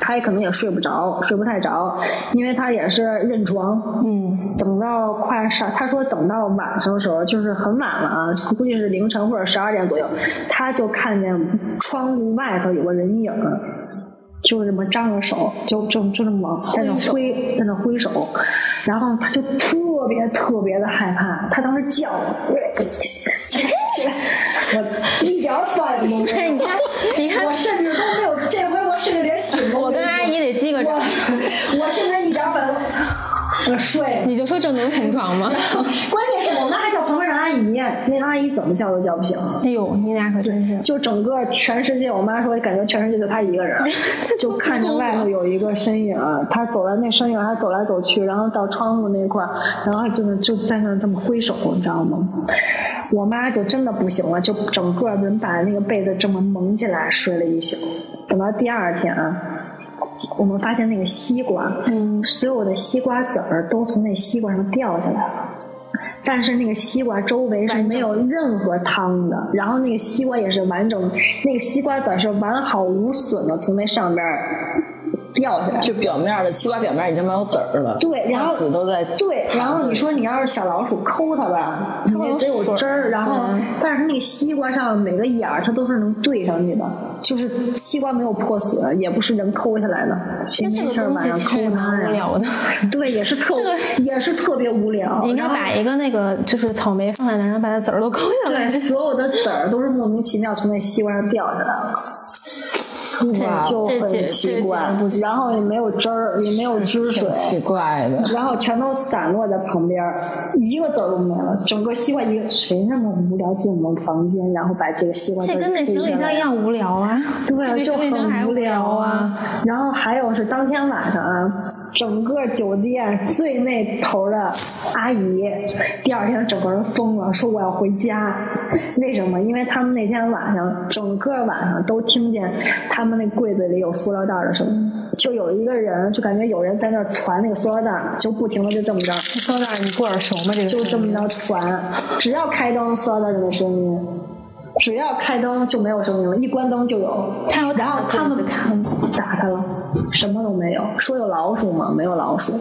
A: 她也可能也睡不着，睡不太着，因为她也是认床，嗯，等到快上，她说等到晚上的时候，就是很晚了啊，估计是凌晨或者十二点左右，她就看见窗户外头有个人影儿。就这么张着手，就就就这么往在那挥，在那挥手，然后他就特别特别的害怕，他当时叫我，起来起来，
E: 我一点儿反应都没
D: 哎，
E: 有
D: 你，看，你
E: 我
D: 看，
E: 甚至都没有，这回我甚至连醒都没有。
D: 我跟阿姨得击个 [LAUGHS] 掌，
E: 我，我甚至一点儿反应都，我睡了。
D: 你就说这能同床吗？
A: 关键是我妈还叫旁边的阿姨，那阿姨怎么叫都叫不醒，
D: 哎呦，你俩可真是，
A: 就整个全世界，我妈说感觉全世界就她一个人，就看见外头有一个身影，她走来那身影还走来走去，然后到窗户那块儿，然后就是就在那儿这么挥手，你知道吗？我妈就真的不行了，就整个人把那个被子这么蒙起来睡了一宿，等到第二天啊。我们发现那个西瓜，嗯，所有的西瓜籽儿都从那西瓜上掉下来了。但是那个西瓜周围是没有任何汤的，然后那个西瓜也是完整，那个西瓜籽是完好无损的从那上边儿掉下来。
B: 就表面的西瓜表面已经没有籽儿了，
A: 对然后
B: 籽都在
A: 对，然后你说你要是小老鼠抠它吧，
D: 嗯
A: 它也得有汁儿，然后但是那个西瓜上每个眼儿它都是能对上去的，就是西瓜没有破损，也不是人抠下来的，谁
D: 那这
A: 没
D: 个
A: 事儿
D: 东
A: 晚
D: 西
A: 上
D: 其
A: 抠
D: 实也
A: 它
D: 蛮无
A: 呀？
D: 聊的。
A: 对，也是
D: [LAUGHS]
A: 特也是特别无聊。
D: 你应该
A: 然后
D: 把一个那个就是草莓放在那儿，然后把它籽儿都抠下来 [LAUGHS]
A: 对，。所有的籽儿都是莫名其妙从那西瓜上掉下来了，
B: 哇，
A: 就
D: 这
A: 很
D: 解
A: 奇
D: 这解
A: 怪
D: 不。
A: 然后也没有汁儿，也没有汁水，
B: 奇怪的。
A: 然后全都散落在旁边儿，一个籽儿都没了。整个西瓜一个，谁那么无聊进我们房间，然后把这个西瓜籽
D: 这
A: 儿
D: 跟那
A: 丢
D: 行李
A: 下
D: 箱
A: 来
D: 一样无聊 [LAUGHS] 啊！这
A: 对，
D: 比
A: 就
D: 行李箱还
A: 很无
D: 无
A: 聊 [LAUGHS]
D: 啊！
A: 啊。然后还有是当天晚上啊，整个酒店最那头的阿姨，第二天整个人疯了，说我要回家。为什么？因为他们那天晚上整个晚上都听见他们那柜子里有塑料袋的声音，就有一个人就感觉有人在那儿攒那个塑料袋，就不停的就这么着。
B: 说到你过耳熟吗？这个
A: 就这么着传，只要开灯，塑料袋就没声音；只要开灯就没有声音了，一关灯就有。
D: 他有
A: 然
D: 打
A: 后他们打他了，什么都没有。说有老鼠吗？没有老鼠。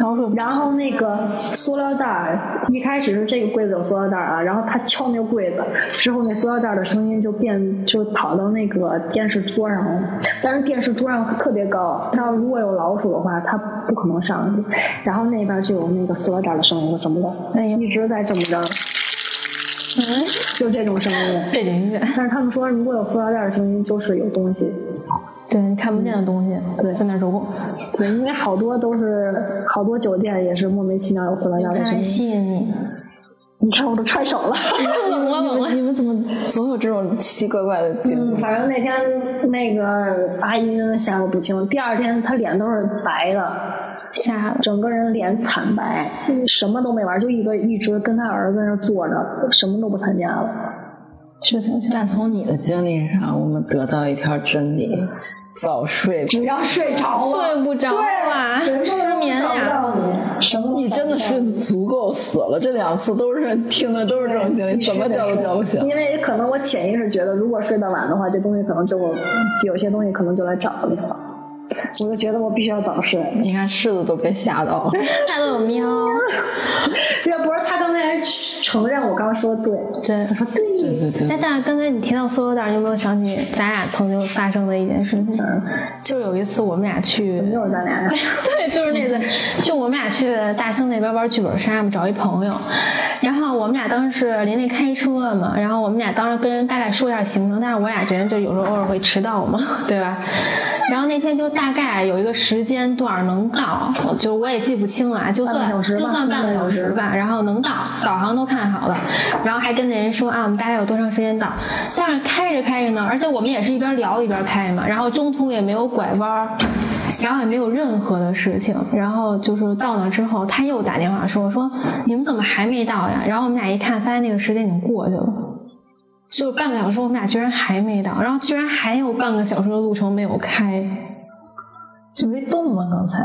D: 老鼠
A: 然后那个塑料袋儿一开始是这个柜子有塑料袋儿啊，然后他敲那个柜子之后，那塑料袋儿的声音就变就跑到那个电视桌上了。但是电视桌上特别高，他要如果有老鼠的话，他不可能上去。然后那边就有那个塑料袋儿的声音和什么的，
D: 哎呦
A: 一直在这么着。就这种声音。
D: 背景音乐，
A: 但是他们说，如果有塑料袋的声音，就是有东西。
D: [LAUGHS] 对你看不见的东西，对，在那儿揉过。
A: 对，因为好多都是好多酒店也是莫名其妙有塑料袋的
D: 看
A: 声
D: 来
A: 音。
D: 吸引你，
A: 你看我都揣手了。
D: 冷了冷了，
B: 你们怎么总有这种奇奇怪怪的节目？
A: 嗯，反正那天那个阿姨真的吓得不轻，第二天她脸都是白的，
D: 吓了。
A: 整个人嗯脸惨白，什么都没玩，就一个一直跟她儿子在那儿坐着，什么都不参加了。
D: 是挺吓。
B: 但从你的经历上，我们得到一条真理：早睡。
E: 只要睡着了，
D: 睡不着啊， [LAUGHS] 失眠呀、
B: 什么？你真的睡得足够死了。这两次都是听的都是这种经历，怎么叫都叫不醒。
A: 因为可能我潜意识觉得，如果睡得晚的话，这东西可能就有些东西可能就来找你了。我就觉得我必须要早 [LAUGHS] 睡，
B: 你看柿子都被吓到了。
D: 它都有喵，
A: 要啊不是他刚才承认我刚刚说的对，
D: [LAUGHS] 真。
B: 对对对，
D: 哎，但是刚才你提到塑料袋儿，你有没有想起咱俩曾经发生的一件事情？嗯就有一次我们俩去，
A: 没有咱俩呀。
D: [LAUGHS] 对，就是那次，就我们俩去大兴那边玩剧本杀嘛，找一朋友，然后我们俩当时是琳琳开车嘛，然后我们俩当时跟人大概说一下行程，但是我俩之间就有时候偶尔会迟到嘛， [LAUGHS] 对吧？然后那天就大概有一个时间段儿能到，就我也记不清了啊，就算
A: 半个小时吧
D: 就算半个小时吧，然后能到，导航都看好了，然后还跟那人说啊，我们大概有多长时间到。但是开着开着呢，而且我们也是一边聊一边开嘛，然后中途也没有拐弯儿，然后也没有任何的事情。然后就是到那之后，他又打电话说说你们怎么还没到呀？然后我们俩一看，发现那个时间已经过去了。就半个小时，我们俩居然还没到，然后居然还有半个小时的路程没有开，
C: 是没动吗？刚才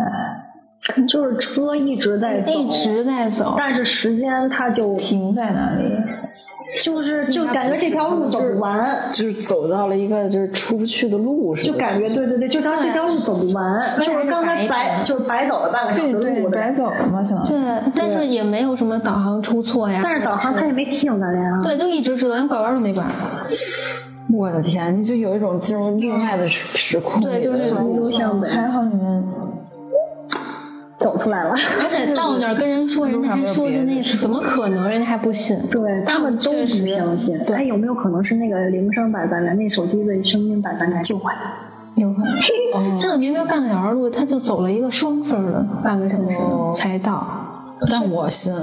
A: [LAUGHS] 就是车一直在走，
D: 一直在走。
A: 但是时间它就
C: 停在哪里？
A: 就是就感觉这条路走不完，
B: 就是走到了一个就是出不去的路似
A: 就
B: 的。
A: 感觉对对对，就它这条路走不完，就是刚才白就是白走了半个小时
C: 对，
A: 路，
C: 白走了吗？相当于
D: 对，但是也没有什么导航出错呀。
A: 但是导航它也没提醒咱俩，
D: 对，就一直知道，连拐弯都没拐。
B: 我的天，就有一种进入另外的时时空里的。
D: 对，就是那
A: 一
D: 种。
A: 路向北
C: 还好你们
A: 走出来了。
D: 而且到那儿跟人说，人家还说就那次，怎么可能？人家还不信。
A: 对他们都
D: 确
A: 不
D: 实
A: 相信，哎，有没有可能是那个铃声把咱俩那手机的声音把咱俩救回来？
D: 有可能。哦真的，明明半个小时路，他就走了一个双分儿的半个小时才到。
B: 但我信，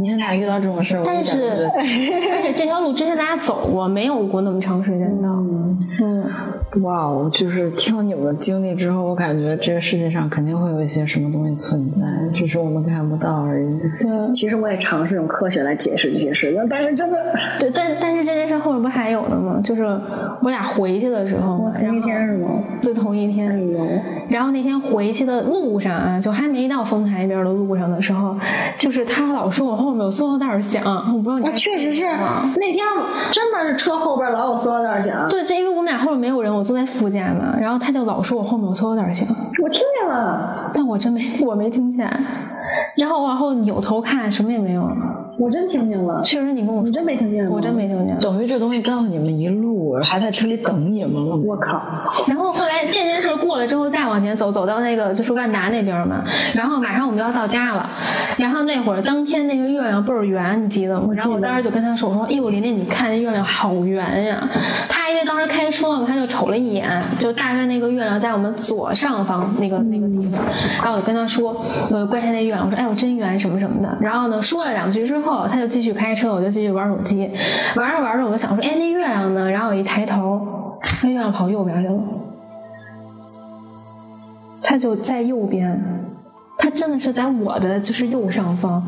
B: 你俩遇到这种事儿，我一
D: 但
B: 点都
D: 是
B: 不，
D: [LAUGHS]
B: 觉
D: 而且这条路之前大家走过，没有过那么长时间的。
B: 得哇哦，就是听你们的经历之后，我感觉这个世界上肯定会有一些什么东西存在，只是我们看不到而已。
D: 对
A: 其实我也尝试用科学来解释这些事情，但是真的，
D: 对，但但是这件事后面不还有呢吗？就是我俩回去的时候嘛，然
A: 同
D: 后
A: 一天是吗？
D: 就同一天。
A: 哎呦，
D: 然后那天回去的路上啊，就还没到丰台那边的路上的时候，就是他老说我后面有塑料袋儿响，我不知道你
A: 啊，
D: 还
A: 确实是
D: 嗯
A: 那天真的是车后边老有塑料袋响，
D: 对，就因为我们俩后面没有人，我坐在副驾嘛，然后他就老说我后面有塑料袋儿响，
A: 我听见了，
D: 但我真没我没听见。然后我往后扭头看，什么也没有。
A: 我真听见了，
D: 确实，你跟我
A: 你
D: 说，
A: 真没听见吗？
D: 我真没听见。
B: 等于这东西告诉你们一路，还在车里等你们了。
A: 我靠！
D: 然后后来这件事过了之后，再往前走，走到那个就是万达那边嘛，然后马上我们就要到家了。然后那会儿当天那个月亮倍儿圆，你记得吗？然后我当时就跟他说：“我说，哎呦，琳琳，你看那月亮好圆呀！”他因为当时开车嘛，他就瞅了一眼，就大概那个月亮在我们左上方那个那个地方。然后我就跟他说：“我观察那月亮，我说，哎呦，真圆什么什么的。”然后呢，说了两句之后，他就继续开车，我就继续玩手机。玩着玩着，我就想说：“哎，那月亮呢？”然后我一抬头，那月亮跑右边去了。它就在右边，它真的是在我的就是右上方。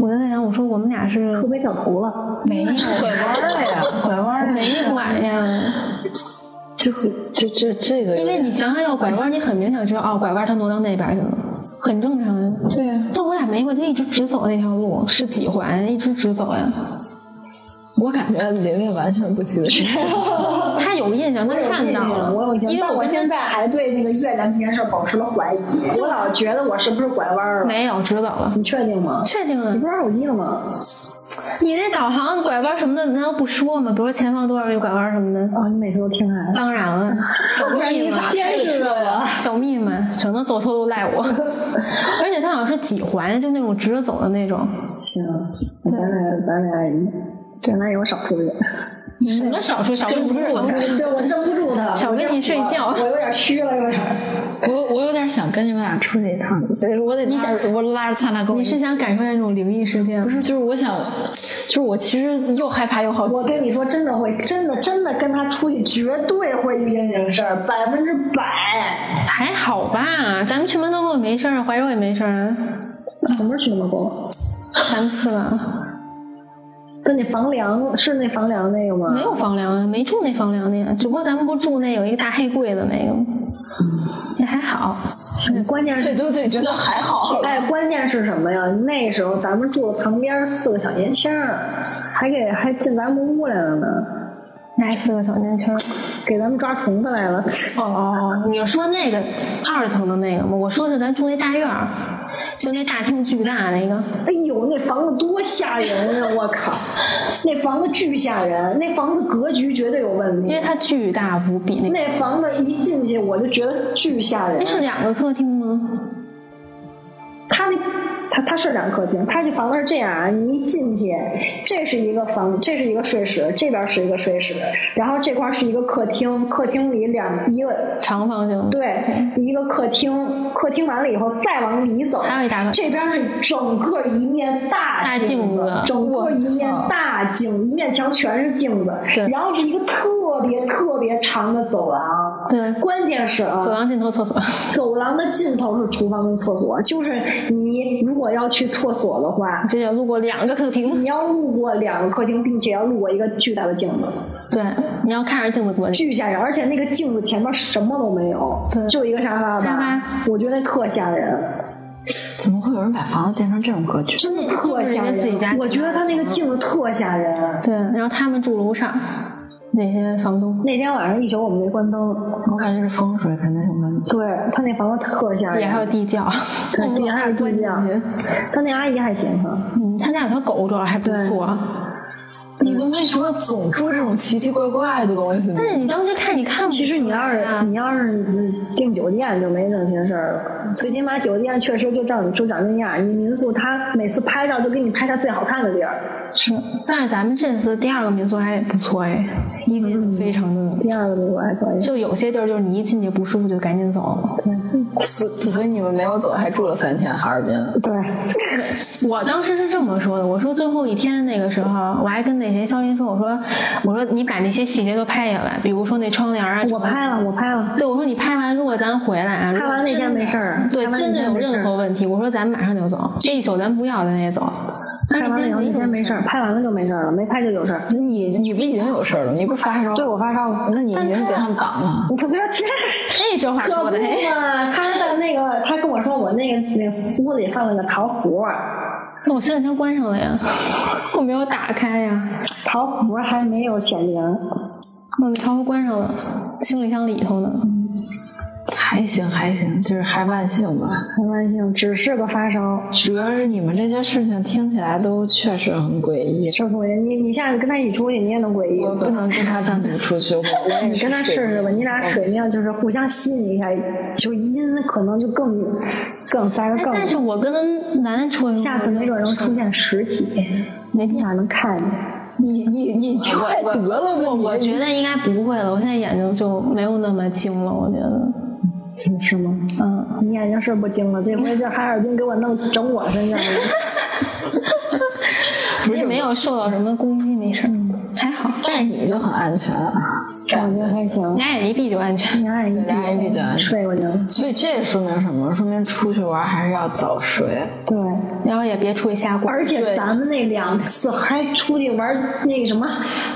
D: 我就在想，我说我们俩是
A: 我被掉头了，
D: [LAUGHS] 没有
C: 拐弯了呀，拐
B: [LAUGHS]
C: 弯了。
D: 没拐呀，
B: 这这这这个有
D: 因为你想想要拐弯，你很明显知道哦，拐弯它挪到那边去了，很正常呀。
C: 对呀，
D: 但我俩没拐，就一直直走那条路，是几环，一直直走呀。
B: 我感觉琳琳完全不记得这个。
D: [LAUGHS] 他有印象，他看到了，
A: 我有印象，
D: 因为
A: 但我
D: 们
A: 现
D: 现在
A: 在还对那个月亮这件事保持了怀疑，我老觉得我是不是拐弯了？
D: 没有直走了，
A: 你确定吗？
D: 确定啊
A: 你？不是玩手机了吗？
D: [LAUGHS] 你那导航拐弯什么的，难道不说吗？比如说前方多少米拐弯什么的。
A: 啊，你每次都听来，
D: 当然 [LAUGHS] 了，小蜜嘛，
A: 监视着我。
D: 小蜜们，整能走错路赖 [LAUGHS] 我。而且他好像是几环，就那种直着走的那种。
A: 行，咱俩咱俩简单有少数人，
D: 什么少数少数不是我，
E: 对我镇不住他，
D: 少跟你睡觉
E: 我。有点虚了，有点。
B: 我我有点想跟你们俩出去一趟，对我得拉着我拉着灿灿跟我
D: 你
B: 一起。
D: 是想感受那种灵异事件
B: 不
D: 吗？
B: 是，就是我想，就是我其实又害怕又好奇。
A: 我跟你说，真的会，真的真的跟他出去，绝对会遇见这个事儿，百分之百。
D: 还哎好吧，咱们去门头沟也没事儿，怀柔也没事儿啊，
A: 什么时候去那么高？
D: 三次了，
A: 跟那房梁是那房梁那个吗？
D: 没有房梁啊，没住那房梁那个，只不过咱们不住那有一个大黑柜的那个，也还好。
A: 嗯关键是，
B: 对对，真的还
D: [LAUGHS]
B: 好。
A: 哎，关键是什么呀？那时候咱们住的旁边四个小年轻儿，还给还进咱们屋来了呢，
D: 那四个小年轻儿。
A: 给咱们抓虫子来了。 [LAUGHS]
D: 哦哦，哦，你是说那个二层的那个吗？我说是咱住那大院儿，就那大厅巨大那个。
A: 哎呦，那房子多吓人啊！我靠，那房子巨吓人，那房子格局绝对有问
D: 因
A: 题
D: 为。它巨大无比，那个
A: 那房子一进去，我就觉得巨吓人
D: 那。是两个客厅吗？
A: 他那他他是两客厅，他这房子是这样啊，你一进去，这是一个房，这是一个睡室，这边是一个睡室，然后这块儿是一个客厅，客厅里两一个
D: 长方形。，
A: 对一个客厅，客厅完了以后再往里走，
D: 还有一大个
A: 这边是整个一面大
D: 大
A: 镜
D: 镜
A: 子，
D: 子
A: 整个一面大镜，一面墙全是镜子，
D: 对
A: 然后是一个特别特别长的走廊，
D: 对
A: 关键是啊，
D: 走廊尽头厕所。 [LAUGHS]
A: 走廊的尽头是厨房跟厕所，就是你如果要去厕所的话，
D: 这也路过两个客厅，
A: 你要路过两个客厅，并且要路过一个巨大的镜子，
D: 对，你要看着镜子过去。
A: 巨吓人。而且那个镜子前面什么都没有，
D: 对
A: 就一个沙发吧，
D: 沙发
A: 我觉得那特吓人，
B: 怎么会有人把房子建成这种格局？
A: 真的特吓
D: 就是人家自己家
A: 人。我觉得他那个镜子特吓人。
D: 对，然后他们住楼上，那些房东
A: 那天晚上一宿我们没关灯，
B: 我感觉是风水肯定有问题。
A: 对他那房子特吓
D: 也还有
A: 人，
D: 地窖。
A: 对底下还有地窖，他那阿姨还行哈。
D: 嗯，他家有条狗，主要还不错。
B: 你们为什么总说这种奇奇怪怪的东西呢？
D: 但是你当时看，你看不
A: 其实你要是
D: 啊
A: 你要是订酒店就没这些事儿了，最起码酒店确实就照你就长那样儿。你民宿他每次拍照就给你拍他最好看的地儿，
D: 是，但是咱们这次第二个民宿还不错哎，一进就非常的，
A: 第二个民宿还可以。
D: 就有些地儿就是你一进去不舒服就赶紧走。
B: 所所以你们没有走，还住了三天哈尔滨。
A: 对，
D: 我当时是这么说的，我说最后一天那个时候，我还跟那谁肖林说，我说我说你把那些细节都拍下来，比如说那窗帘啊，
A: 我拍了，我拍了，
D: 对，我说你拍完，如果咱回来啊，
A: 拍完那天没事
D: 儿，
A: 儿。
D: 对，
A: 拍完那
D: 真的
A: 天
D: 有
A: 没事
D: 任
A: 儿
D: 何问题，我说咱马上就走，这一宿咱不要，咱也走。但
A: 拍
D: 是
A: 完了以后那
D: 天
A: 天没事
D: 儿，
A: 儿，拍完了就没事儿了，没拍就有事儿。
B: 你你不已经有事儿了？你不是发烧？
A: 对我发烧了，
B: 那你已经给他们挡了。
A: 你可不要钱。
D: 哎，这话
A: [LAUGHS] 可
D: 说
A: 不
D: 的，嘿，
A: 嘛，他在那个，他跟我说我那个那个屋里放了个桃核儿，
D: 那我前两天关上了呀，我没有打开呀。
A: 桃核儿还没有显灵。
D: 嗯，窗户关上了，行李箱里头呢。
B: 还行还行，就是还万幸吧。
A: 没关系，只是个发烧。
B: 主要是你们这些事情听起来都确实很诡异。
A: 是不是？你你下次跟他一起出去，你也能诡
B: 我不
A: 异。
B: 能跟他单独出去，我我也
A: 你跟他试试吧，你俩水面就是互相吸引一下，就阴可能就更更发个
D: 哎，
A: 更。
D: 但是我跟楠楠说，
A: 下次没准能出现实体，
D: 没
A: 你
D: 必要。
A: 俩能看见。
B: 你你你快得了吧！
D: 我
B: 你
D: 觉得应该不会了，我现在眼睛就没有那么精了，我觉得。
A: 是吗？嗯，你眼睛是不精了，这回这哈尔滨给我弄整我身上了。
D: 我也没有受到什么攻击，没事儿，还好。
B: 但你就很安
A: [LAUGHS]
B: 全，啊
A: 感觉还行
D: 你，俩眼一闭就安全。
A: 你俩也一
B: 俩眼一闭就安全
A: 睡过去了。
B: 所以这也说明什么？说明出去玩还是要早睡。
A: 对，
D: 然后也别出去瞎逛。
A: 而且咱们那两次还出去玩那个什么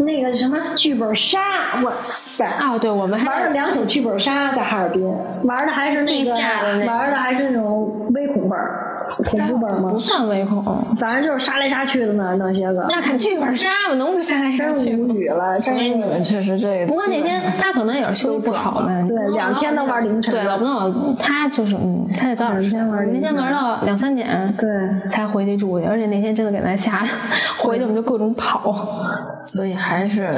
A: 那个什么剧本杀，哇塞！
D: 啊，对，我们
A: 玩了
D: 还
A: 两宿剧本杀，在哈尔滨玩的还是那
D: 地
A: 个，
D: 下的那个
A: 玩的还是那种微恐本儿、恐怖本儿吗
D: 不？算唯恐，
A: 反正就是杀来杀去的呢，那些个，
D: 那看剧本杀吧，能不杀来杀
A: 真
D: 去
A: 是无
D: 吗？
A: 语了，
B: 所
A: 真
B: 以你
A: 是。
B: 们确实这个。
D: 不过那天他可能也是休息不好嘛，
A: 对两天都玩凌晨
D: 对，老不能往他就是嗯，他得早点睡。
A: 两天玩凌晨
D: 那天玩到两三点，
A: 对，
D: 才回去住去，而且那天真的给咱吓的， [LAUGHS] 回去我们就各种跑。
B: 所以还是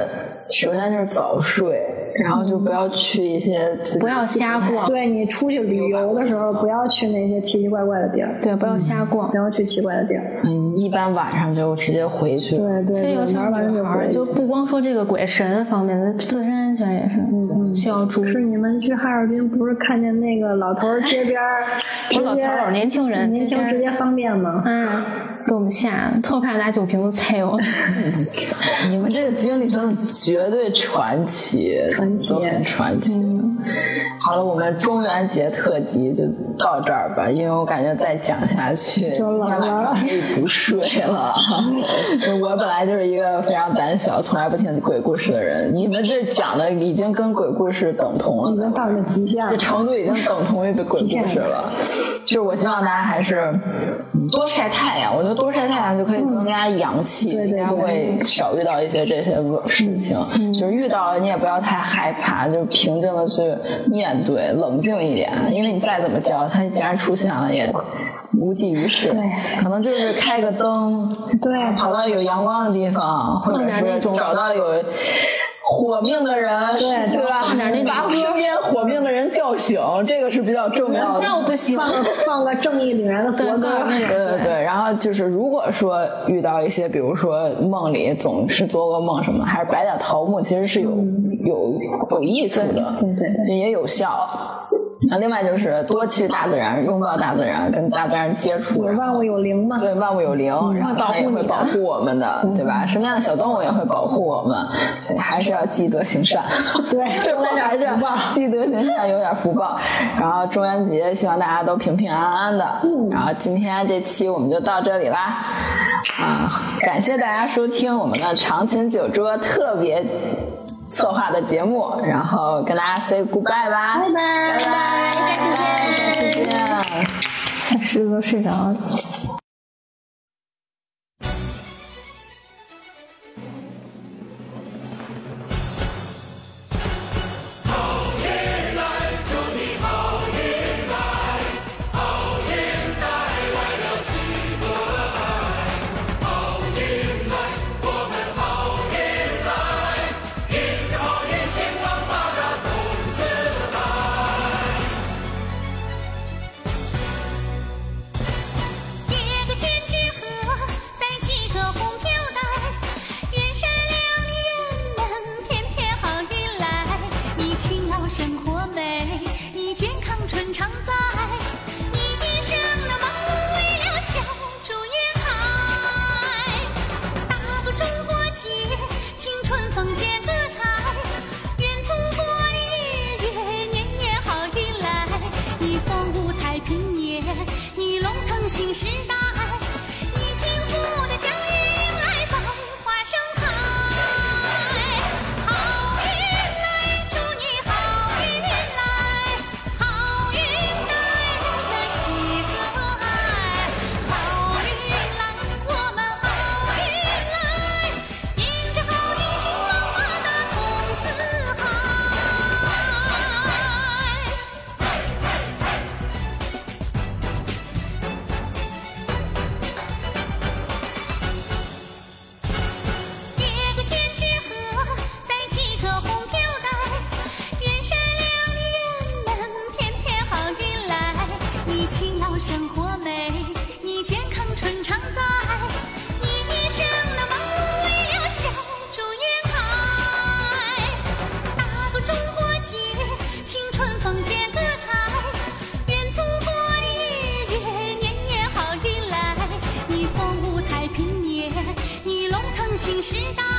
B: 首先就是早睡，然后就不要去一些自己
D: 不要瞎逛
A: 对你出去旅游的时候，不要去那些奇奇怪怪的地儿，
D: 对，不要瞎逛。
A: 不要去奇怪的地儿。
B: 哎，你一般晚上就直接回去。
A: 对对，
D: 其实
A: 对
D: 尤其是
A: 玩完
D: 女孩儿，
A: 回去
D: 就不光说这个鬼神方面的，自身安全也是需要注意，
A: 是。你们去哈尔滨，不是看见那个老头儿街边儿
D: [LAUGHS] 不是老头儿
A: 直接
D: 年轻人
A: 年轻
D: 这些
A: 直接方便吗？
D: 嗯，给我们吓得，特怕拿酒瓶子踩我。
B: 你们这个经历真的绝对传奇，
A: 传奇
B: 都很传奇。好了，我们中元节特辑就到这儿吧，因为我感觉再讲下去，
A: 就冷了
B: 今天晚上可以不睡了。 [LAUGHS] 我本来就是一个非常胆小、从来不听鬼故事的人，你们这讲的已经跟鬼故事等同了，
A: 已经到了极限
B: 这
A: 了。
B: 程度已经等同于鬼故事了。就是我希望大家还是嗯多晒太阳，我觉得多晒太阳就可以增加阳气，
A: 对对
B: 大家
A: 对
B: 会少遇到一些这些事情。就是遇到了你也不要太害怕，就平静的去面对，冷静一点，因为你再怎么叫它，既然出现了也。无济于事，可能就是开个灯，
A: 对
B: 跑到有阳光的地方，或者
D: 放点那
B: 是
D: 种
B: 找到有火命的人，对对吧？
D: 放点那种
B: 把身边火命的人叫醒，这个是比较重要的。
D: 这我不行，
A: 放个放个正义凛然的
D: 对
A: 国，歌，
D: 放那
B: 对对
D: 种对。
B: 对，然后就是如果说遇到一些，比如说梦里总是做噩梦什么，还是摆点桃木，其实是有、
D: 嗯
B: 有有益处的，对对对，也有效。那另外就是多去大自然，拥抱大自然，跟大自然接触，
A: 有万物有灵嘛。
B: 对，万物有灵，然后它也会嗯保护我们 [LAUGHS] 的，对吧？什么样的小动物也会保护我们，所以还是要积德行善。 [LAUGHS]
A: 对
B: 最后还是要积德行善，有点福报。然后中元节，希望大家都平平安安的。然后今天这期我们就到这里啦，啊，感谢大家收听我们的长琴酒桌特别策划的节目，然后跟大家 say goodbye 吧，拜拜，拜拜，下期见，下期见。
C: 狮子都睡着了。
F: 叠个千纸鹤，载几个红飘带，远山两地人们天天好运来。你勤劳生活美，你健康春常在，你一生的忙碌为了笑逐颜开。打个中国结，青春风剪个彩，愿祖国的日月年年好运来。你光武太平年，你龙腾新时代，你幸福的家园迎来百花盛开。好运来，祝你好运来，好运带来了喜和爱，好运来，我们好运来，迎着好运兴旺发达通四海。叠个千纸鹤，载几个红飘带，远山两地人们天天好运来。你勤劳生活美，你健康春常在，你一生的忙碌为了笑逐颜开。打个中国结，青春风剪个彩，愿祖国的日月年年好运来。你光武太平年，你龙腾新时代。